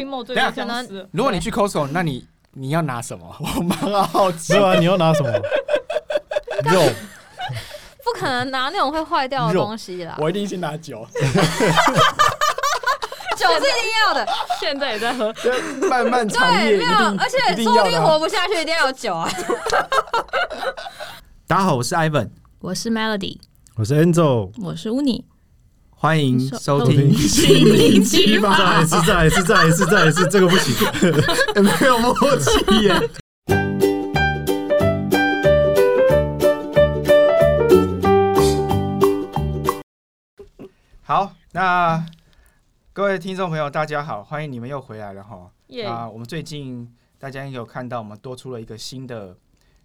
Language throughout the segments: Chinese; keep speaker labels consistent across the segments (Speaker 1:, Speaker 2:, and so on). Speaker 1: Primo 最
Speaker 2: 等一
Speaker 1: 多
Speaker 2: 下
Speaker 1: 相
Speaker 3: 可
Speaker 1: 似。
Speaker 2: 如果你去 Costco，那你你要拿什么？ 我蛮好奇。
Speaker 4: 对啊，你要拿什么肉？
Speaker 3: 不可能拿那种会坏掉的
Speaker 2: 肉
Speaker 3: 东西啦，
Speaker 2: 我一定先拿 酒，
Speaker 3: 酒是一定要的，
Speaker 1: 现在也在喝，
Speaker 2: 漫漫长夜
Speaker 3: 对，
Speaker 2: 一
Speaker 3: 没有，
Speaker 2: 定
Speaker 3: 而
Speaker 2: 一
Speaker 3: 且
Speaker 2: 定
Speaker 3: 说
Speaker 2: 要
Speaker 3: 不定
Speaker 2: 的
Speaker 3: 活
Speaker 2: 啊。
Speaker 3: 不下去，一定要有酒啊。
Speaker 2: 大家好，我是 Ivan，
Speaker 5: 我是 Melody，
Speaker 4: 我是 Angel，
Speaker 5: 我是 Uni，
Speaker 2: 欢迎收
Speaker 5: 收
Speaker 2: 听哎
Speaker 4: 听
Speaker 2: 哦心灵鸡
Speaker 4: 再来一次，再来一次，再来一次，再来一次，这个不 行。
Speaker 2: 哎没有默契耶。好，那各位听众朋友，大家好，欢迎你们又回来了哈。
Speaker 1: 耶、
Speaker 2: 啊，我们最近大家应该有看到，我们多出了一个新的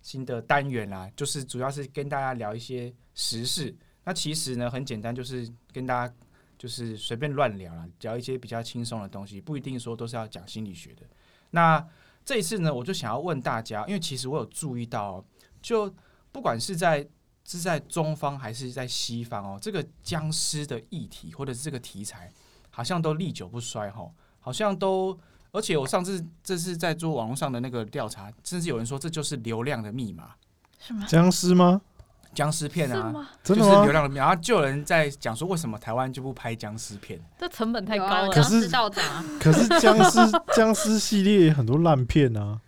Speaker 2: 新的单元啦，就是主要是跟大家聊一些时事。那其实呢，很简单，就是跟大家就是随便乱聊啦，聊一些比较轻松的东西，不一定说都是要讲心理学的。那这一次呢，我就想要问大家，因为其实我有注意到、哦，就不管是在是在中方还是在西方哦，这个僵尸的议题或者是这个题材，好像都历久不衰哈、哦，好像都而且我上次这次在做网络上的那个调查，甚至有人说这就是流量的密码，
Speaker 4: 僵尸吗？
Speaker 2: 僵尸片
Speaker 1: 是
Speaker 2: 啊，
Speaker 1: 吗？
Speaker 4: 真的
Speaker 2: 就是流
Speaker 4: 吗？
Speaker 2: 量的密码。然后就有人在讲说，为什么台湾就不拍僵尸片？
Speaker 1: 这成本太高了
Speaker 4: 可
Speaker 3: 僵
Speaker 1: 啦。
Speaker 4: 是
Speaker 3: 尸道长啊，
Speaker 4: 可是僵尸僵尸系列很多烂片啊，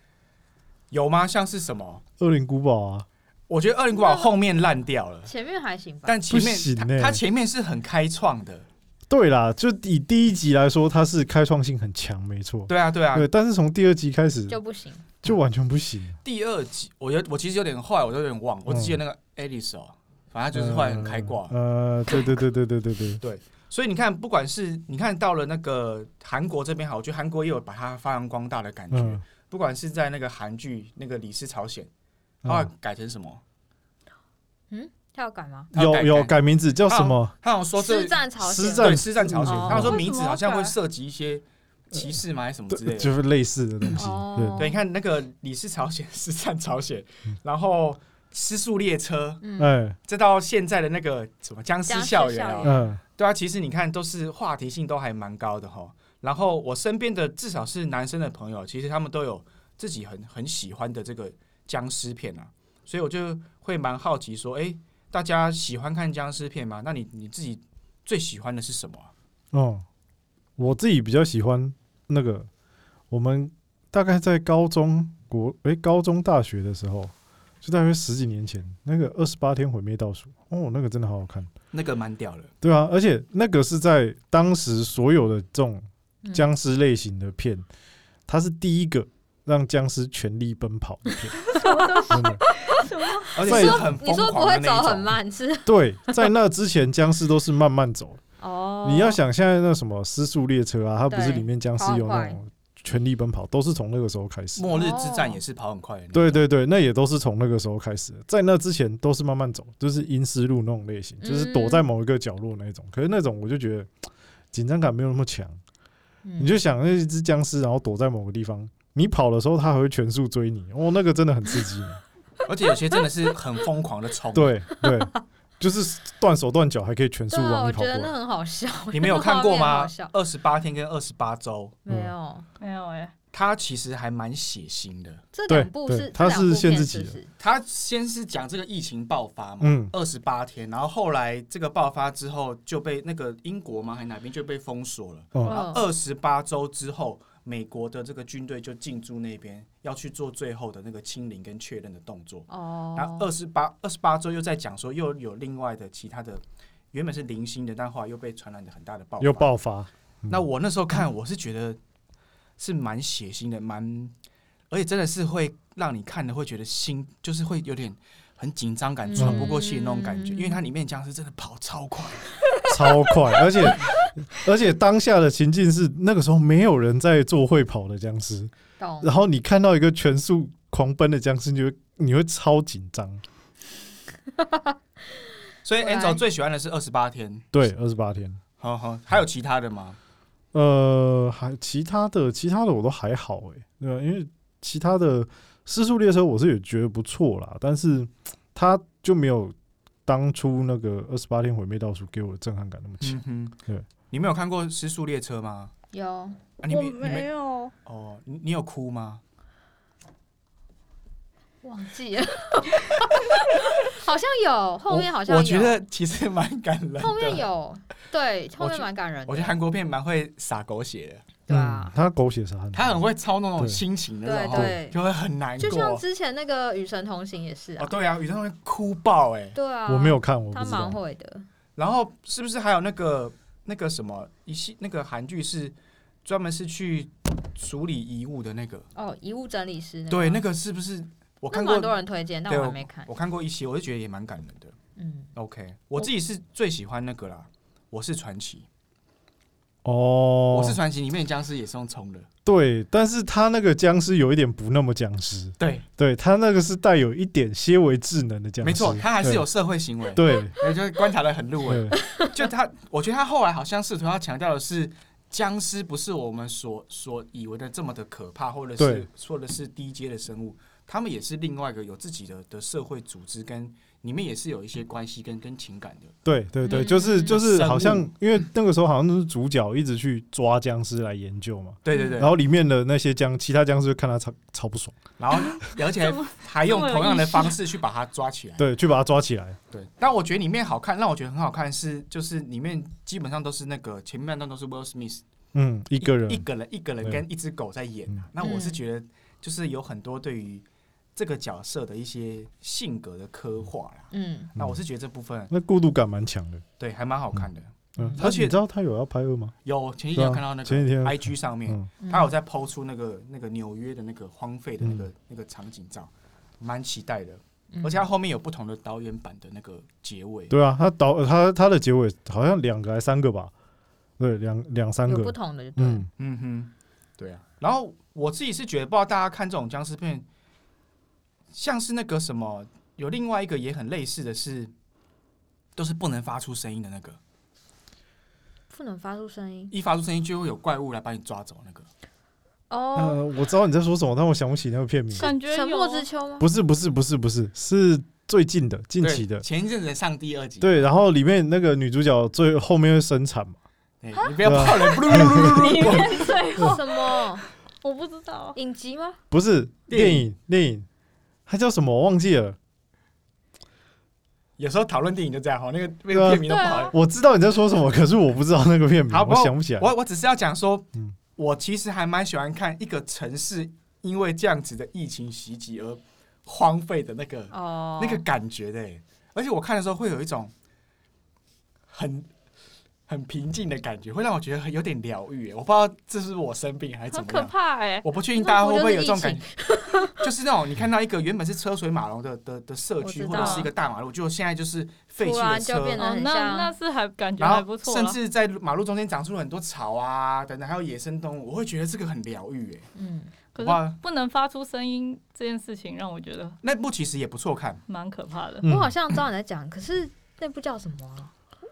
Speaker 2: 有吗？像是什么？
Speaker 4: 《恶灵古堡》啊，
Speaker 2: 我觉得《恶灵古堡》后面烂 掉了，
Speaker 3: 前面还行吧。
Speaker 2: 但前面
Speaker 4: 不行
Speaker 2: 它
Speaker 4: 欸
Speaker 2: 它前面是很开创的。
Speaker 4: 对啦，就以第一集来说，它是开创性很强，没错。
Speaker 2: 对啊，对啊。
Speaker 4: 对，但是从第二集开始
Speaker 3: 就不行，
Speaker 4: 就完全不行。
Speaker 2: 第二集，我有我其实有点坏，我都有点忘，我只记得那个
Speaker 4: 嗯
Speaker 2: Alice 哦，反正她就是后来很开挂。
Speaker 4: 呃，对对对对对对对，
Speaker 2: 所以你看，不管是你看到了那个韩国这边好，我觉得韩国也有把它发扬光大的 感觉。
Speaker 4: 嗯，
Speaker 2: 不管是在那个韩剧那个《李氏朝鲜》，
Speaker 4: 嗯
Speaker 2: 它改成什么？
Speaker 3: 他要改吗？
Speaker 2: 它
Speaker 4: 有
Speaker 2: 改啊
Speaker 4: 有改名字叫什么？
Speaker 2: 他好像说这
Speaker 3: 师战朝鲜
Speaker 4: 师战
Speaker 2: 对《师战朝鲜》，
Speaker 4: 哦
Speaker 2: 他好像说名字好像会涉及一些歧视吗？还是什么之类的？
Speaker 4: 就是类似的东西。
Speaker 3: 哦，
Speaker 2: 对，你看那个《李氏朝鲜》《 师战朝鲜》，
Speaker 4: 嗯
Speaker 2: 然后《失速列车》，
Speaker 4: 对，哎，
Speaker 2: 再到现在的那个什么僵尸校园
Speaker 3: 嗯僵尸校
Speaker 2: 啊
Speaker 3: 园，
Speaker 4: 嗯，
Speaker 2: 对啊，其实你看都是话题性都还蛮高的哈。然后我身边的至少是男生的朋友，其实他们都有自己很很喜欢的这个僵尸片啊，所以我就会蛮好奇说，诶，大家喜欢看僵尸片吗？那你你自己最喜欢的是什么啊、
Speaker 4: 哦，我自己比较喜欢那个，我们大概在高中国诶、高中大学的时候，就大约十几年前，那个二十八天毁灭倒数，哦，那个真的好好看，
Speaker 2: 那个蛮屌的，
Speaker 4: 对啊，而且那个是在当时所有的这种
Speaker 3: 嗯
Speaker 4: 僵尸类型的片，它是第一个让僵尸全力奔跑的片，真的
Speaker 2: 而且
Speaker 4: 所以
Speaker 2: 是很
Speaker 3: 你
Speaker 2: 疯
Speaker 3: 说不
Speaker 2: 狂
Speaker 3: 会
Speaker 2: 的那
Speaker 3: 走
Speaker 2: 一
Speaker 3: 很
Speaker 2: 种。
Speaker 3: 慢是？
Speaker 4: 对，在那之前僵尸都是慢慢走的
Speaker 3: 哦，
Speaker 4: 你要想现在那什么失速列车啊，它不是
Speaker 3: 对
Speaker 4: 里面僵尸有那种全力奔跑，都是从那个时候开始。
Speaker 2: 末日之战也是跑很快的，，
Speaker 4: 对对对，那也都是从那个时候开始的，在那之前都是慢慢走，就是阴湿路那种类
Speaker 3: 嗯
Speaker 4: 型，就是躲在某一个角落那一种。可是那种我就觉得紧张感没有那么强，
Speaker 3: 嗯，
Speaker 4: 你就想那一只僵尸，然后躲在某个地方，你跑的时候它还会全速追你，哦，那个真的很刺 激。
Speaker 2: 而且有些真的是很疯狂的冲。，
Speaker 4: 对对，就是断手断脚还可以全速
Speaker 3: 对啊，
Speaker 4: 往
Speaker 3: 我
Speaker 4: 你
Speaker 3: 觉
Speaker 4: 跑过
Speaker 3: 得那
Speaker 4: 来。
Speaker 3: 很好笑。
Speaker 2: 你们有看过
Speaker 3: 那个画
Speaker 2: 吗
Speaker 3: 面
Speaker 2: 嗯
Speaker 3: 好笑？
Speaker 2: 二十八天跟二十八周，
Speaker 3: 没有，
Speaker 1: 没有哎、
Speaker 2: 它其实还蛮血腥的。
Speaker 3: 这
Speaker 4: 对
Speaker 3: 两部
Speaker 4: 对
Speaker 3: 是
Speaker 4: 它
Speaker 3: 这
Speaker 4: 是
Speaker 3: 两部
Speaker 4: 限
Speaker 3: 片
Speaker 4: 制
Speaker 3: 是
Speaker 4: 级
Speaker 3: 不
Speaker 4: 的
Speaker 3: 是
Speaker 2: 他先是讲这个疫情爆发嘛，
Speaker 4: 嗯，
Speaker 2: 二十八天，然后后来这个爆发之后就被那个英国吗还哪边就被封锁了，
Speaker 4: 哦，
Speaker 3: 哦
Speaker 2: 二十八周之后，美国的这个军队就进驻那边，要去做最后的那个清零跟确认的动作。然后
Speaker 3: 哦，
Speaker 2: 二十八二十八周又在讲说又有另外的其他的，原本是零星的，但后来又被传染的很大的爆发。
Speaker 4: 又爆发。嗯
Speaker 2: 那我那时候看，我是觉得是蛮血腥的，蛮而且真的是会让你看的会觉得心就是会有点很紧张感，
Speaker 3: 嗯
Speaker 2: 喘不过气的那种感觉，
Speaker 3: 嗯
Speaker 2: 因为它里面僵尸真的跑超快，
Speaker 4: 超快，而且 而且当下的情境是那个时候没有人在做会跑的僵尸，
Speaker 3: 懂。
Speaker 4: 然后你看到一个全速狂奔的僵尸，你就会你会超紧张。
Speaker 2: 所以
Speaker 3: 对
Speaker 2: Angel 最喜欢的是二十八天，
Speaker 4: 对，二十八天。
Speaker 3: 哦
Speaker 2: 好好，还有其他的吗？
Speaker 4: 呃，还其他的其他的我都还好诶、对吧？因为其他的《失速列车》我是也觉得不错啦，但是它就没有当初那个二十八天毁灭倒数给我的震撼感那么强。
Speaker 2: 嗯哼，
Speaker 4: 对，
Speaker 2: 你没有看过《失速列车》吗？
Speaker 3: 有
Speaker 2: 啊，你
Speaker 5: 我
Speaker 2: 没你没
Speaker 5: 没有，
Speaker 2: 哦，你你有哭吗？
Speaker 3: 忘记了， 好像有，后面好像
Speaker 2: 我我
Speaker 3: 有，
Speaker 2: 觉得其实蛮感 人的。
Speaker 3: 后面，有， 对，后面
Speaker 2: 觉
Speaker 3: 蛮感人
Speaker 2: 我觉得
Speaker 3: 的，
Speaker 2: 韩国片蛮会撒狗血的，
Speaker 3: 对啊
Speaker 4: 嗯，他狗血是很，
Speaker 2: 他很会操弄那种
Speaker 4: 对
Speaker 2: 心情的那种，
Speaker 3: 对对
Speaker 2: 就会很难
Speaker 3: 就像
Speaker 2: 过。
Speaker 3: 之前那个《与神同行》也是
Speaker 2: 嗯哦，
Speaker 3: 啊，
Speaker 2: 对啊，雨中会哭爆哎、
Speaker 3: 对啊，
Speaker 4: 我没，有看，我不
Speaker 3: 他
Speaker 4: 知
Speaker 3: 蛮
Speaker 4: 道。
Speaker 3: 会的，
Speaker 2: 然后是不是还有那个那个什么一系那个韩剧是专门是去处理遗物的那个？
Speaker 3: 哦，遗物整理师个吗，
Speaker 2: 对，那个是不是我
Speaker 3: 我
Speaker 2: 看
Speaker 3: 蛮
Speaker 2: 过？
Speaker 3: 多人推荐，但
Speaker 2: 对
Speaker 3: 我还没看，
Speaker 2: 我看过一些，我就觉得也蛮感人的。
Speaker 3: 嗯，
Speaker 2: OK，我自己是最喜欢那个啦，《我是传奇》
Speaker 4: 哦，
Speaker 2: 我是传奇》里面的僵尸也是用冲的，
Speaker 4: 对，但是他那个僵尸有一点不那么僵尸，
Speaker 2: 对，
Speaker 4: 对他那个是带有一点些微智能的僵尸，
Speaker 2: 没错，他还是有嗯社会行为，
Speaker 4: 对对
Speaker 2: 对，就是观察的很入微。
Speaker 4: 对
Speaker 2: 就他，我觉得他后来好像试图要强调的是，僵尸不是我们所所以为的这么的可怕，或者是
Speaker 4: 对
Speaker 2: 或者是低阶的生物，他们也是另外一个有自己的的社会组织跟。里面也是有一些关系跟跟情感的，
Speaker 4: 对对对，
Speaker 3: 嗯
Speaker 4: 就是就是
Speaker 2: 生物
Speaker 4: 好像因为那个时候好像都是主角一直去抓僵尸来研究嘛，
Speaker 2: 对对对，
Speaker 4: 然后里面的那些僵其他僵尸就看他超超不爽，
Speaker 2: 然后而且还用同样的方式去把它抓起来，
Speaker 4: 对，去把他抓起来，
Speaker 2: 对。但我觉得里面好看，让我觉得很好看是，就是里面基本上都是那个前半段都是 Will Smith
Speaker 4: 嗯，一个
Speaker 2: 一
Speaker 4: 人，
Speaker 2: 个人一个人
Speaker 4: 对嗯
Speaker 2: 跟一只狗在演啊。那我是觉得，就是有很多对于这个角色的一些性格的刻画啦。
Speaker 3: 嗯，
Speaker 2: 那我是觉得这部分
Speaker 4: 那孤独感蛮强的，
Speaker 2: 对还蛮好看的。
Speaker 4: 嗯，
Speaker 2: 嗯
Speaker 4: 他
Speaker 2: 而且
Speaker 4: 你知道他有要拍二吗？
Speaker 2: 有前几天有看到那
Speaker 4: 啊前几天
Speaker 2: 个
Speaker 4: 有
Speaker 2: I G 上面，
Speaker 4: 嗯，
Speaker 2: 他有在抛出那个那个纽约的那个荒废的那个
Speaker 4: 嗯
Speaker 2: 那个场景照，蛮期待的。
Speaker 3: 嗯
Speaker 2: 而且他后面有不同的导演版的那个结尾，
Speaker 4: 对啊，他导他他的结尾好像两个还三个吧，对，两两三
Speaker 3: 有不
Speaker 4: 个，
Speaker 3: 同的就对了，
Speaker 4: 嗯，
Speaker 2: 嗯哼，对啊。然后我自己是觉得，不知道大家看这种僵尸片，像是那个什么，有另外一个也很类似的是，都是不能发出声音的那个，
Speaker 3: 不能发出声音
Speaker 2: 一发出声音就会有怪物来把你抓走那个。
Speaker 3: 哦，
Speaker 4: 呃，我知道你在说什么，但我想不起那个片名，
Speaker 1: 感觉
Speaker 3: 沉默
Speaker 1: 有
Speaker 3: 之秋吗？
Speaker 4: 不是不是不是不是，是最近的近
Speaker 2: 对
Speaker 4: 期的，
Speaker 2: 前一阵子上第二集，
Speaker 4: 对，然后里面那个女主角最后面会生产嘛，
Speaker 2: 对，你不要怕人，噜噜噜噜噜
Speaker 1: 里面最后
Speaker 3: 什么
Speaker 1: 我不知道，
Speaker 3: 影集吗？
Speaker 4: 不是
Speaker 2: 电
Speaker 4: 电
Speaker 2: 影
Speaker 4: 影电影，它叫什么我忘记了，
Speaker 2: 有时候讨论电影就这样哈，那个那
Speaker 4: 对
Speaker 2: 个
Speaker 4: 啊
Speaker 2: 片名都不好
Speaker 1: 对啊
Speaker 4: 我知道你在说什么，可是我不知道那个片名，
Speaker 2: 好不
Speaker 4: 我
Speaker 2: 过
Speaker 4: 想不起来。
Speaker 2: 我我只是要讲说
Speaker 4: 嗯，
Speaker 2: 我其实还蛮喜欢看一个城市因为这样子的疫情袭击而荒废的那个
Speaker 3: 哦，
Speaker 2: 那个感觉的欸，而且我看的时候会有一种很很平静的感觉，会让我觉得很有点疗愈欸。我不知道这是我生病还是怎
Speaker 1: 很
Speaker 2: 么
Speaker 1: 可
Speaker 2: 样，
Speaker 1: 怕哎、
Speaker 2: 我不确定大家会不会有这种感
Speaker 3: 那
Speaker 2: 觉， 就是那种你看到一个原本是车水马龙的的的社区
Speaker 3: 我
Speaker 2: 或
Speaker 3: 知道
Speaker 2: 者是一个大马路，就现在就是废
Speaker 3: 突
Speaker 2: 弃的
Speaker 3: 然就变
Speaker 2: 车。
Speaker 3: 得
Speaker 1: 哦，
Speaker 3: 很
Speaker 1: 那
Speaker 3: 像，
Speaker 1: 那是还感觉还
Speaker 2: 然
Speaker 1: 不
Speaker 2: 后
Speaker 1: 错
Speaker 2: 甚
Speaker 1: 啦，
Speaker 2: 至在马路中间长出了很多草啊，等等，还有野生动物，我会觉得这个很疗愈诶。
Speaker 3: 嗯，
Speaker 1: 可
Speaker 2: 我不知道
Speaker 1: 是不能发出声音这件事情让我觉得
Speaker 2: 那部其实也不错看，
Speaker 1: 蛮可怕 的。
Speaker 3: 我
Speaker 4: 嗯
Speaker 3: 好像知道你在讲，可是那部叫什么啊？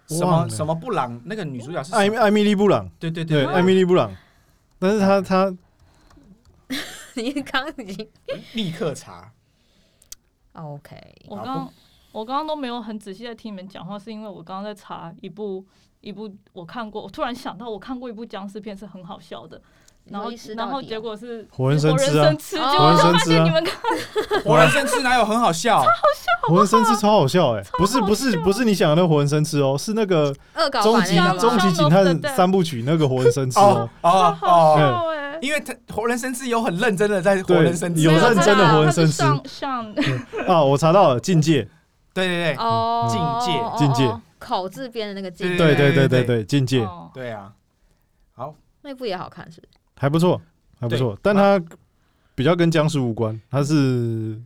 Speaker 2: 什
Speaker 4: 忘
Speaker 2: 么
Speaker 4: 了
Speaker 2: 什么布朗那个女主角是
Speaker 4: 艾
Speaker 2: 什
Speaker 4: 米
Speaker 2: 么
Speaker 4: 艾米丽布朗，
Speaker 2: 对对
Speaker 4: 对，艾米丽布朗，但是她她
Speaker 3: 你刚已经
Speaker 2: 立刻查
Speaker 3: 哦 OK，
Speaker 1: 我
Speaker 2: 好
Speaker 1: 刚刚我刚刚都没有很仔细在听你们讲话，是因为我刚刚在查一部一部我看过，我突然想到我看过一部僵尸片是很好笑的，然后
Speaker 3: 你说一尸到
Speaker 1: 然后
Speaker 3: 底啊
Speaker 1: 结果是
Speaker 4: 活人生
Speaker 1: 活人
Speaker 4: 吃啊
Speaker 1: 生，吃，结
Speaker 3: 哦
Speaker 1: 果我
Speaker 4: 活
Speaker 1: 就
Speaker 4: 人
Speaker 1: 发
Speaker 4: 生吃啊
Speaker 1: 现你们看
Speaker 2: 活人生吃哪有很好 笑？
Speaker 4: 活人生吃超好笑哎，不是
Speaker 1: 好
Speaker 4: 不是不是你想的那个活人生吃哦，是那个
Speaker 3: 恶搞
Speaker 4: 终
Speaker 3: 版
Speaker 4: 极
Speaker 3: 那个
Speaker 4: 终
Speaker 3: 吗？
Speaker 4: 极警探三部曲那个活人生吃哦，
Speaker 2: 哦
Speaker 1: 好
Speaker 2: 哦，
Speaker 1: 笑哎、
Speaker 2: 因为他活人生吃有很认真的在活人生吃，
Speaker 4: 有
Speaker 1: 没
Speaker 4: 认真的活人生吃
Speaker 1: 上上
Speaker 4: 啊，我查到了境界，
Speaker 2: 对对对哎
Speaker 3: 哦，
Speaker 2: 境界
Speaker 3: 哦
Speaker 4: 境界
Speaker 3: 哦口字边的那个境
Speaker 4: 对对
Speaker 3: 界，
Speaker 2: 对
Speaker 4: 对对对，境界
Speaker 1: 哦
Speaker 2: 对啊，好，
Speaker 3: 那部也好看，是不是？
Speaker 4: 还不错，还不错，但它比较跟僵尸无关，它是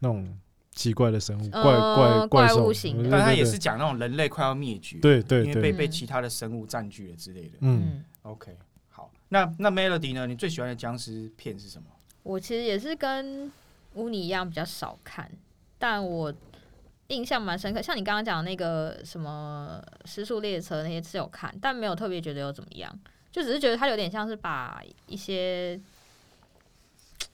Speaker 4: 那种奇怪的生物，怪怪
Speaker 3: 呃怪物
Speaker 4: 兽
Speaker 3: 型的
Speaker 4: 对
Speaker 2: 但他
Speaker 4: 对
Speaker 2: 也
Speaker 4: 对
Speaker 2: 是讲那种人类快要灭绝，
Speaker 4: 对对
Speaker 2: 因为被
Speaker 4: 对，
Speaker 3: 嗯
Speaker 2: 被其他的生物占据了之类的。
Speaker 4: 嗯，，
Speaker 2: OK，好，那那 Melody 呢？你最喜欢的僵尸片是什么？
Speaker 3: 我其实也是跟乌尼一样比较少看，但我印象蛮深刻。像你刚刚讲的那个什么《失速列车》那些是有看，但没有特别觉得有怎么样，就只是觉得它有点像是把一些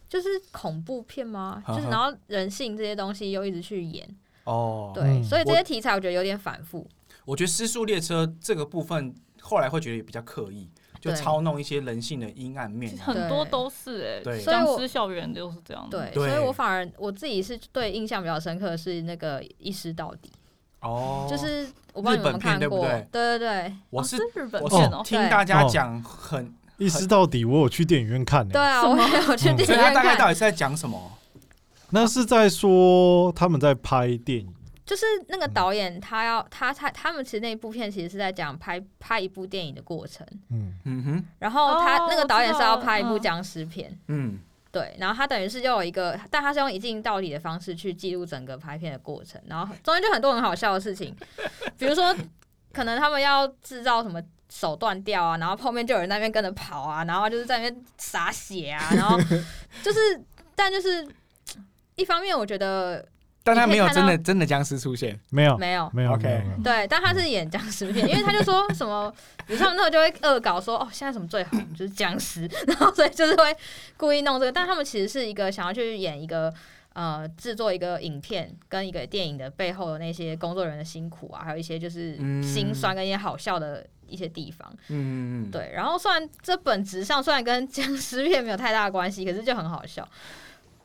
Speaker 3: 就是恐怖片吗？
Speaker 2: 呵呵
Speaker 3: 就是然后人性这些东西又一直去演，
Speaker 2: 哦
Speaker 3: 对，
Speaker 4: 嗯
Speaker 3: 所以这些题材我觉得有点反复。
Speaker 2: 我觉得《失速列车》这个部分后来会觉得比较刻意，就
Speaker 3: 对
Speaker 2: 操弄一些人性的阴暗面
Speaker 1: 其实
Speaker 2: 啊。
Speaker 1: 很多
Speaker 3: 对
Speaker 1: 都是哎、
Speaker 2: 对
Speaker 3: 所以
Speaker 1: 僵
Speaker 3: 我
Speaker 1: 尸校园就是这样。
Speaker 3: 对，
Speaker 2: 对
Speaker 3: 所以我反而我自己是对印象比较深刻的是那个一尸到底，
Speaker 2: 哦，
Speaker 3: 就是我不知道你们有没有看
Speaker 2: 日本片对不
Speaker 3: 过，
Speaker 2: 对
Speaker 3: 对对对
Speaker 2: 我
Speaker 1: 哦
Speaker 2: 是
Speaker 1: 日本
Speaker 2: 我是
Speaker 1: 片哦、
Speaker 2: 听
Speaker 3: 对
Speaker 2: 大家讲很，
Speaker 4: 一尸到底，我有去电影院看、
Speaker 3: 对
Speaker 4: 欸，
Speaker 3: 啊，
Speaker 1: 什
Speaker 3: 我
Speaker 1: 么
Speaker 3: 也有去
Speaker 4: 嗯
Speaker 3: 电
Speaker 2: 所
Speaker 3: 影
Speaker 2: 以他
Speaker 3: 院
Speaker 2: 大概到
Speaker 3: 看，
Speaker 2: 底是在讲什么？
Speaker 4: 那是在说他们在拍电影，
Speaker 3: 就是那
Speaker 2: 嗯
Speaker 3: 个导演他要他他他们其实那部片其实是在讲拍拍一部电影的过程，
Speaker 4: 嗯，
Speaker 2: 嗯哼，
Speaker 3: 然后他、
Speaker 1: 哦
Speaker 3: 那个导演是要拍一
Speaker 1: 我
Speaker 3: 部
Speaker 1: 知道
Speaker 3: 僵尸片，
Speaker 2: 嗯，
Speaker 3: 对，然后他等于是又有一个，但他是用一镜到底的方式去记录整个拍片的过程，然后中间就很多很好笑的事情，比如说可能他们要制造什么手断掉啊，然后后面就有人在那边跟着跑啊，然后就是在那边洒血啊，然后就是但就是一方面我觉得
Speaker 2: 但他没有
Speaker 3: 你可以
Speaker 2: 真
Speaker 3: 看到
Speaker 2: 的真的僵尸出现，
Speaker 4: 没有，
Speaker 3: 没有。
Speaker 4: 哦没有
Speaker 2: OK
Speaker 4: 没有没有
Speaker 3: 对，但他是演僵尸片，因为他就说什么，比如他们那个就会恶搞说，哦，现在什么最好就是僵尸， 然后所以就是会故意弄这个，但他们其实是一个想要去演一个呃制作一个影片跟一个电影的背后的那些工作人员的辛苦啊，还有一些就是
Speaker 2: 嗯
Speaker 3: 心酸跟一些好笑的一些地方。
Speaker 2: 嗯，嗯嗯，
Speaker 3: 对，然后虽然这本质上虽然跟僵尸片没有太大的关系，可是就很好笑。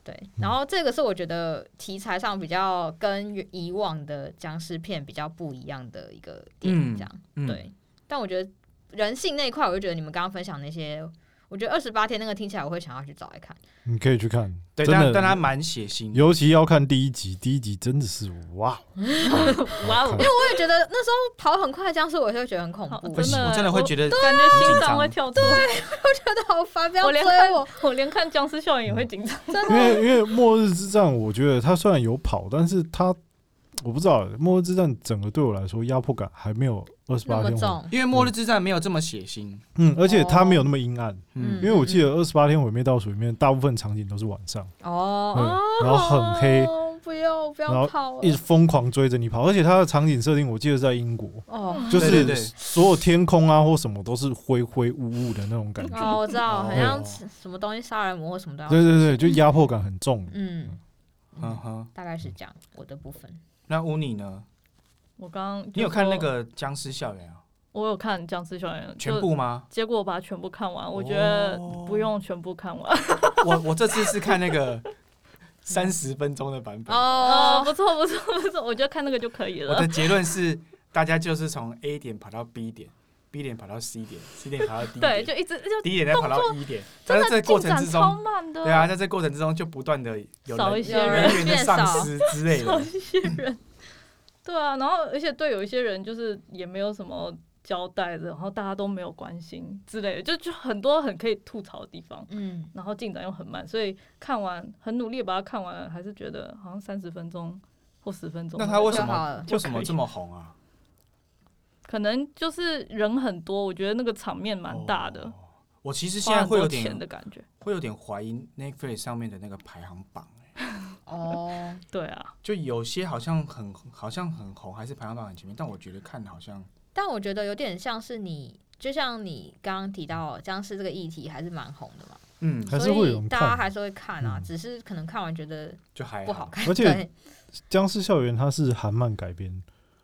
Speaker 3: 对，然后这个是我觉得题材上比较跟以往的僵尸片比较不一样的一个电影，这样、
Speaker 2: 嗯，
Speaker 3: 对。但我觉得人性那一块，我就觉得你们刚刚分享那些，我觉得二十八天那个听起来我会想要去找来看。
Speaker 4: 你可以去看，
Speaker 2: 对，
Speaker 4: 真
Speaker 2: 但但
Speaker 4: 的，
Speaker 2: 他蛮血腥的，
Speaker 4: 尤其要看第一集，第一集真的是哇， 哦
Speaker 1: 哇哦
Speaker 4: 好看，
Speaker 3: 我也觉得那时候跑很快的僵尸，我也会觉得很恐
Speaker 1: 好
Speaker 3: 怖，
Speaker 2: 不
Speaker 1: 真
Speaker 2: 行，
Speaker 1: 的
Speaker 2: 我真的会觉得
Speaker 1: 感觉
Speaker 2: 很
Speaker 1: 心
Speaker 2: 紧张
Speaker 1: 脏会跳出。
Speaker 3: 真的好烦，不要
Speaker 1: 我
Speaker 3: 追
Speaker 1: 连看
Speaker 3: 我，
Speaker 1: 啊 我连看僵尸校园也会紧张。
Speaker 3: 真
Speaker 4: 因为
Speaker 3: 的。
Speaker 4: 因为末日之战，我觉得它虽然有跑，但是它我不知道末日之战整个对我来说压迫感还没有二十
Speaker 3: 那
Speaker 4: 八
Speaker 3: 么
Speaker 4: 天我，
Speaker 3: 重，哦
Speaker 2: 因为《末日之战》没有这么血腥，
Speaker 4: 嗯，而且它没有那么阴暗，
Speaker 2: 嗯
Speaker 4: 因为我记得二十八天毁灭倒数里面大部分场景都是晚上，
Speaker 3: 哦，
Speaker 4: 嗯
Speaker 3: 啊
Speaker 4: 然后很黑，
Speaker 3: 不要不
Speaker 4: 然后
Speaker 3: 要跑了，
Speaker 4: 一直疯狂追着你跑，而且它的场景设定我记得是在英国，
Speaker 3: 哦，
Speaker 4: 就
Speaker 2: 对对
Speaker 4: 是
Speaker 2: 对
Speaker 4: 所有天空啊或什么都是灰灰雾雾的那种感觉，
Speaker 3: 哦，我知道，好像
Speaker 4: 哦
Speaker 3: 是什么东西杀人魔或什么东西。
Speaker 4: 对对对，就压迫感很重。
Speaker 3: 嗯，
Speaker 2: 嗯哼。
Speaker 3: 大概是这样，我的部分。
Speaker 2: 那乌尼呢？
Speaker 1: 我刚刚
Speaker 2: 你有
Speaker 1: 就
Speaker 2: 看
Speaker 1: 说
Speaker 2: 那？个《僵尸校园》啊？
Speaker 1: 我有看僵尸校园，
Speaker 2: 全
Speaker 1: 就
Speaker 2: 部哦吗？
Speaker 1: 结果我把它全部看完，我觉得不用全部看完。
Speaker 2: 我我这次是看那个三十分钟的版本。
Speaker 1: 哦，
Speaker 3: 哦，
Speaker 1: 不错不错不错，我觉得看那个就可以
Speaker 2: 我
Speaker 1: 了
Speaker 2: 的。结论是，大家就是从 A 点跑到 B 点，B 点跑到 C 点，C 点跑到 D
Speaker 1: 对，
Speaker 2: 点
Speaker 1: 就一直就
Speaker 2: ，D 点再跑到 E 点。但是这
Speaker 1: 真的
Speaker 2: 个过
Speaker 1: 进
Speaker 2: 程
Speaker 1: 展
Speaker 2: 之
Speaker 1: 超
Speaker 2: 中，
Speaker 1: 慢的。
Speaker 2: 对啊，在这过程之中就不断的有
Speaker 1: 少一
Speaker 2: 人
Speaker 1: 些
Speaker 3: 有
Speaker 1: 人
Speaker 3: 人，
Speaker 2: 员的
Speaker 3: 变
Speaker 2: 丧
Speaker 3: 少，
Speaker 2: 失之类
Speaker 1: 少
Speaker 2: 的
Speaker 1: 一。些人。对啊，然后而且对有一些人就是也没有什么交代的，然后大家都没有关心之类的，就就很多很可以吐槽的地方，
Speaker 3: 嗯，
Speaker 1: 然后进展又很慢，所以看完很努力把它看完了，还是觉得好像三十分钟或十分钟。
Speaker 2: 那他为什
Speaker 3: 就好
Speaker 2: 么
Speaker 3: 了
Speaker 2: 为什么这么红啊？
Speaker 1: 可能就是人很多，我觉得那个场面蛮大的，
Speaker 2: 哦我其实现
Speaker 1: 花
Speaker 2: 在
Speaker 1: 很
Speaker 2: 会
Speaker 1: 多
Speaker 2: 有
Speaker 1: 钱的
Speaker 2: 点
Speaker 1: 感觉。
Speaker 2: 会有点怀疑 Netflix 上面的那个排行榜。欸
Speaker 3: 哦，
Speaker 1: 对啊，
Speaker 2: 就有些好像很好像很红，还是排行榜很前面，但我觉得看好像
Speaker 3: 但我觉得有点像是你，就像你刚刚提到僵尸这个议题还是蛮红的嘛，
Speaker 2: 嗯
Speaker 4: 还是
Speaker 3: 所
Speaker 4: 会有
Speaker 3: 以
Speaker 4: 人
Speaker 3: 大家
Speaker 4: 看
Speaker 3: 还是会看啊，
Speaker 4: 嗯
Speaker 3: 只是可能看完觉得
Speaker 2: 就还
Speaker 3: 不好看。
Speaker 4: 而且
Speaker 3: 对
Speaker 4: 僵尸校园》它是韩漫改编，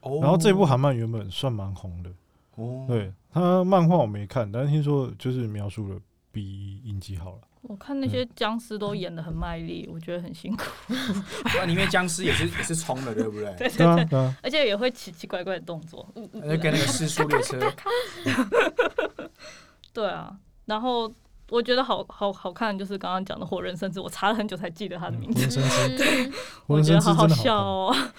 Speaker 2: 哦
Speaker 4: 然后这部韩漫原本算蛮红的，
Speaker 2: 哦，
Speaker 4: 对它漫画我没看，但是听说就是描述了比影 集好了。
Speaker 1: 我看
Speaker 2: 嗯
Speaker 1: 那些僵尸都演的很卖力，我觉得很辛苦，
Speaker 2: 那里面僵尸也是也是冲的，对不对？
Speaker 1: 对
Speaker 4: 对啊，对啊，
Speaker 1: 而且也会奇奇怪怪的动作。嗯嗯
Speaker 2: 那就跟那个失速列 车，
Speaker 1: 对啊，然后我觉得好好好看，就是刚刚讲的《火人生之》，我查了很久才记得他的名字，
Speaker 4: 浑身是
Speaker 3: 嗯
Speaker 1: 我
Speaker 4: 浑
Speaker 1: 觉得
Speaker 4: 身是
Speaker 1: 好好
Speaker 4: 真的
Speaker 1: 笑
Speaker 4: 好看。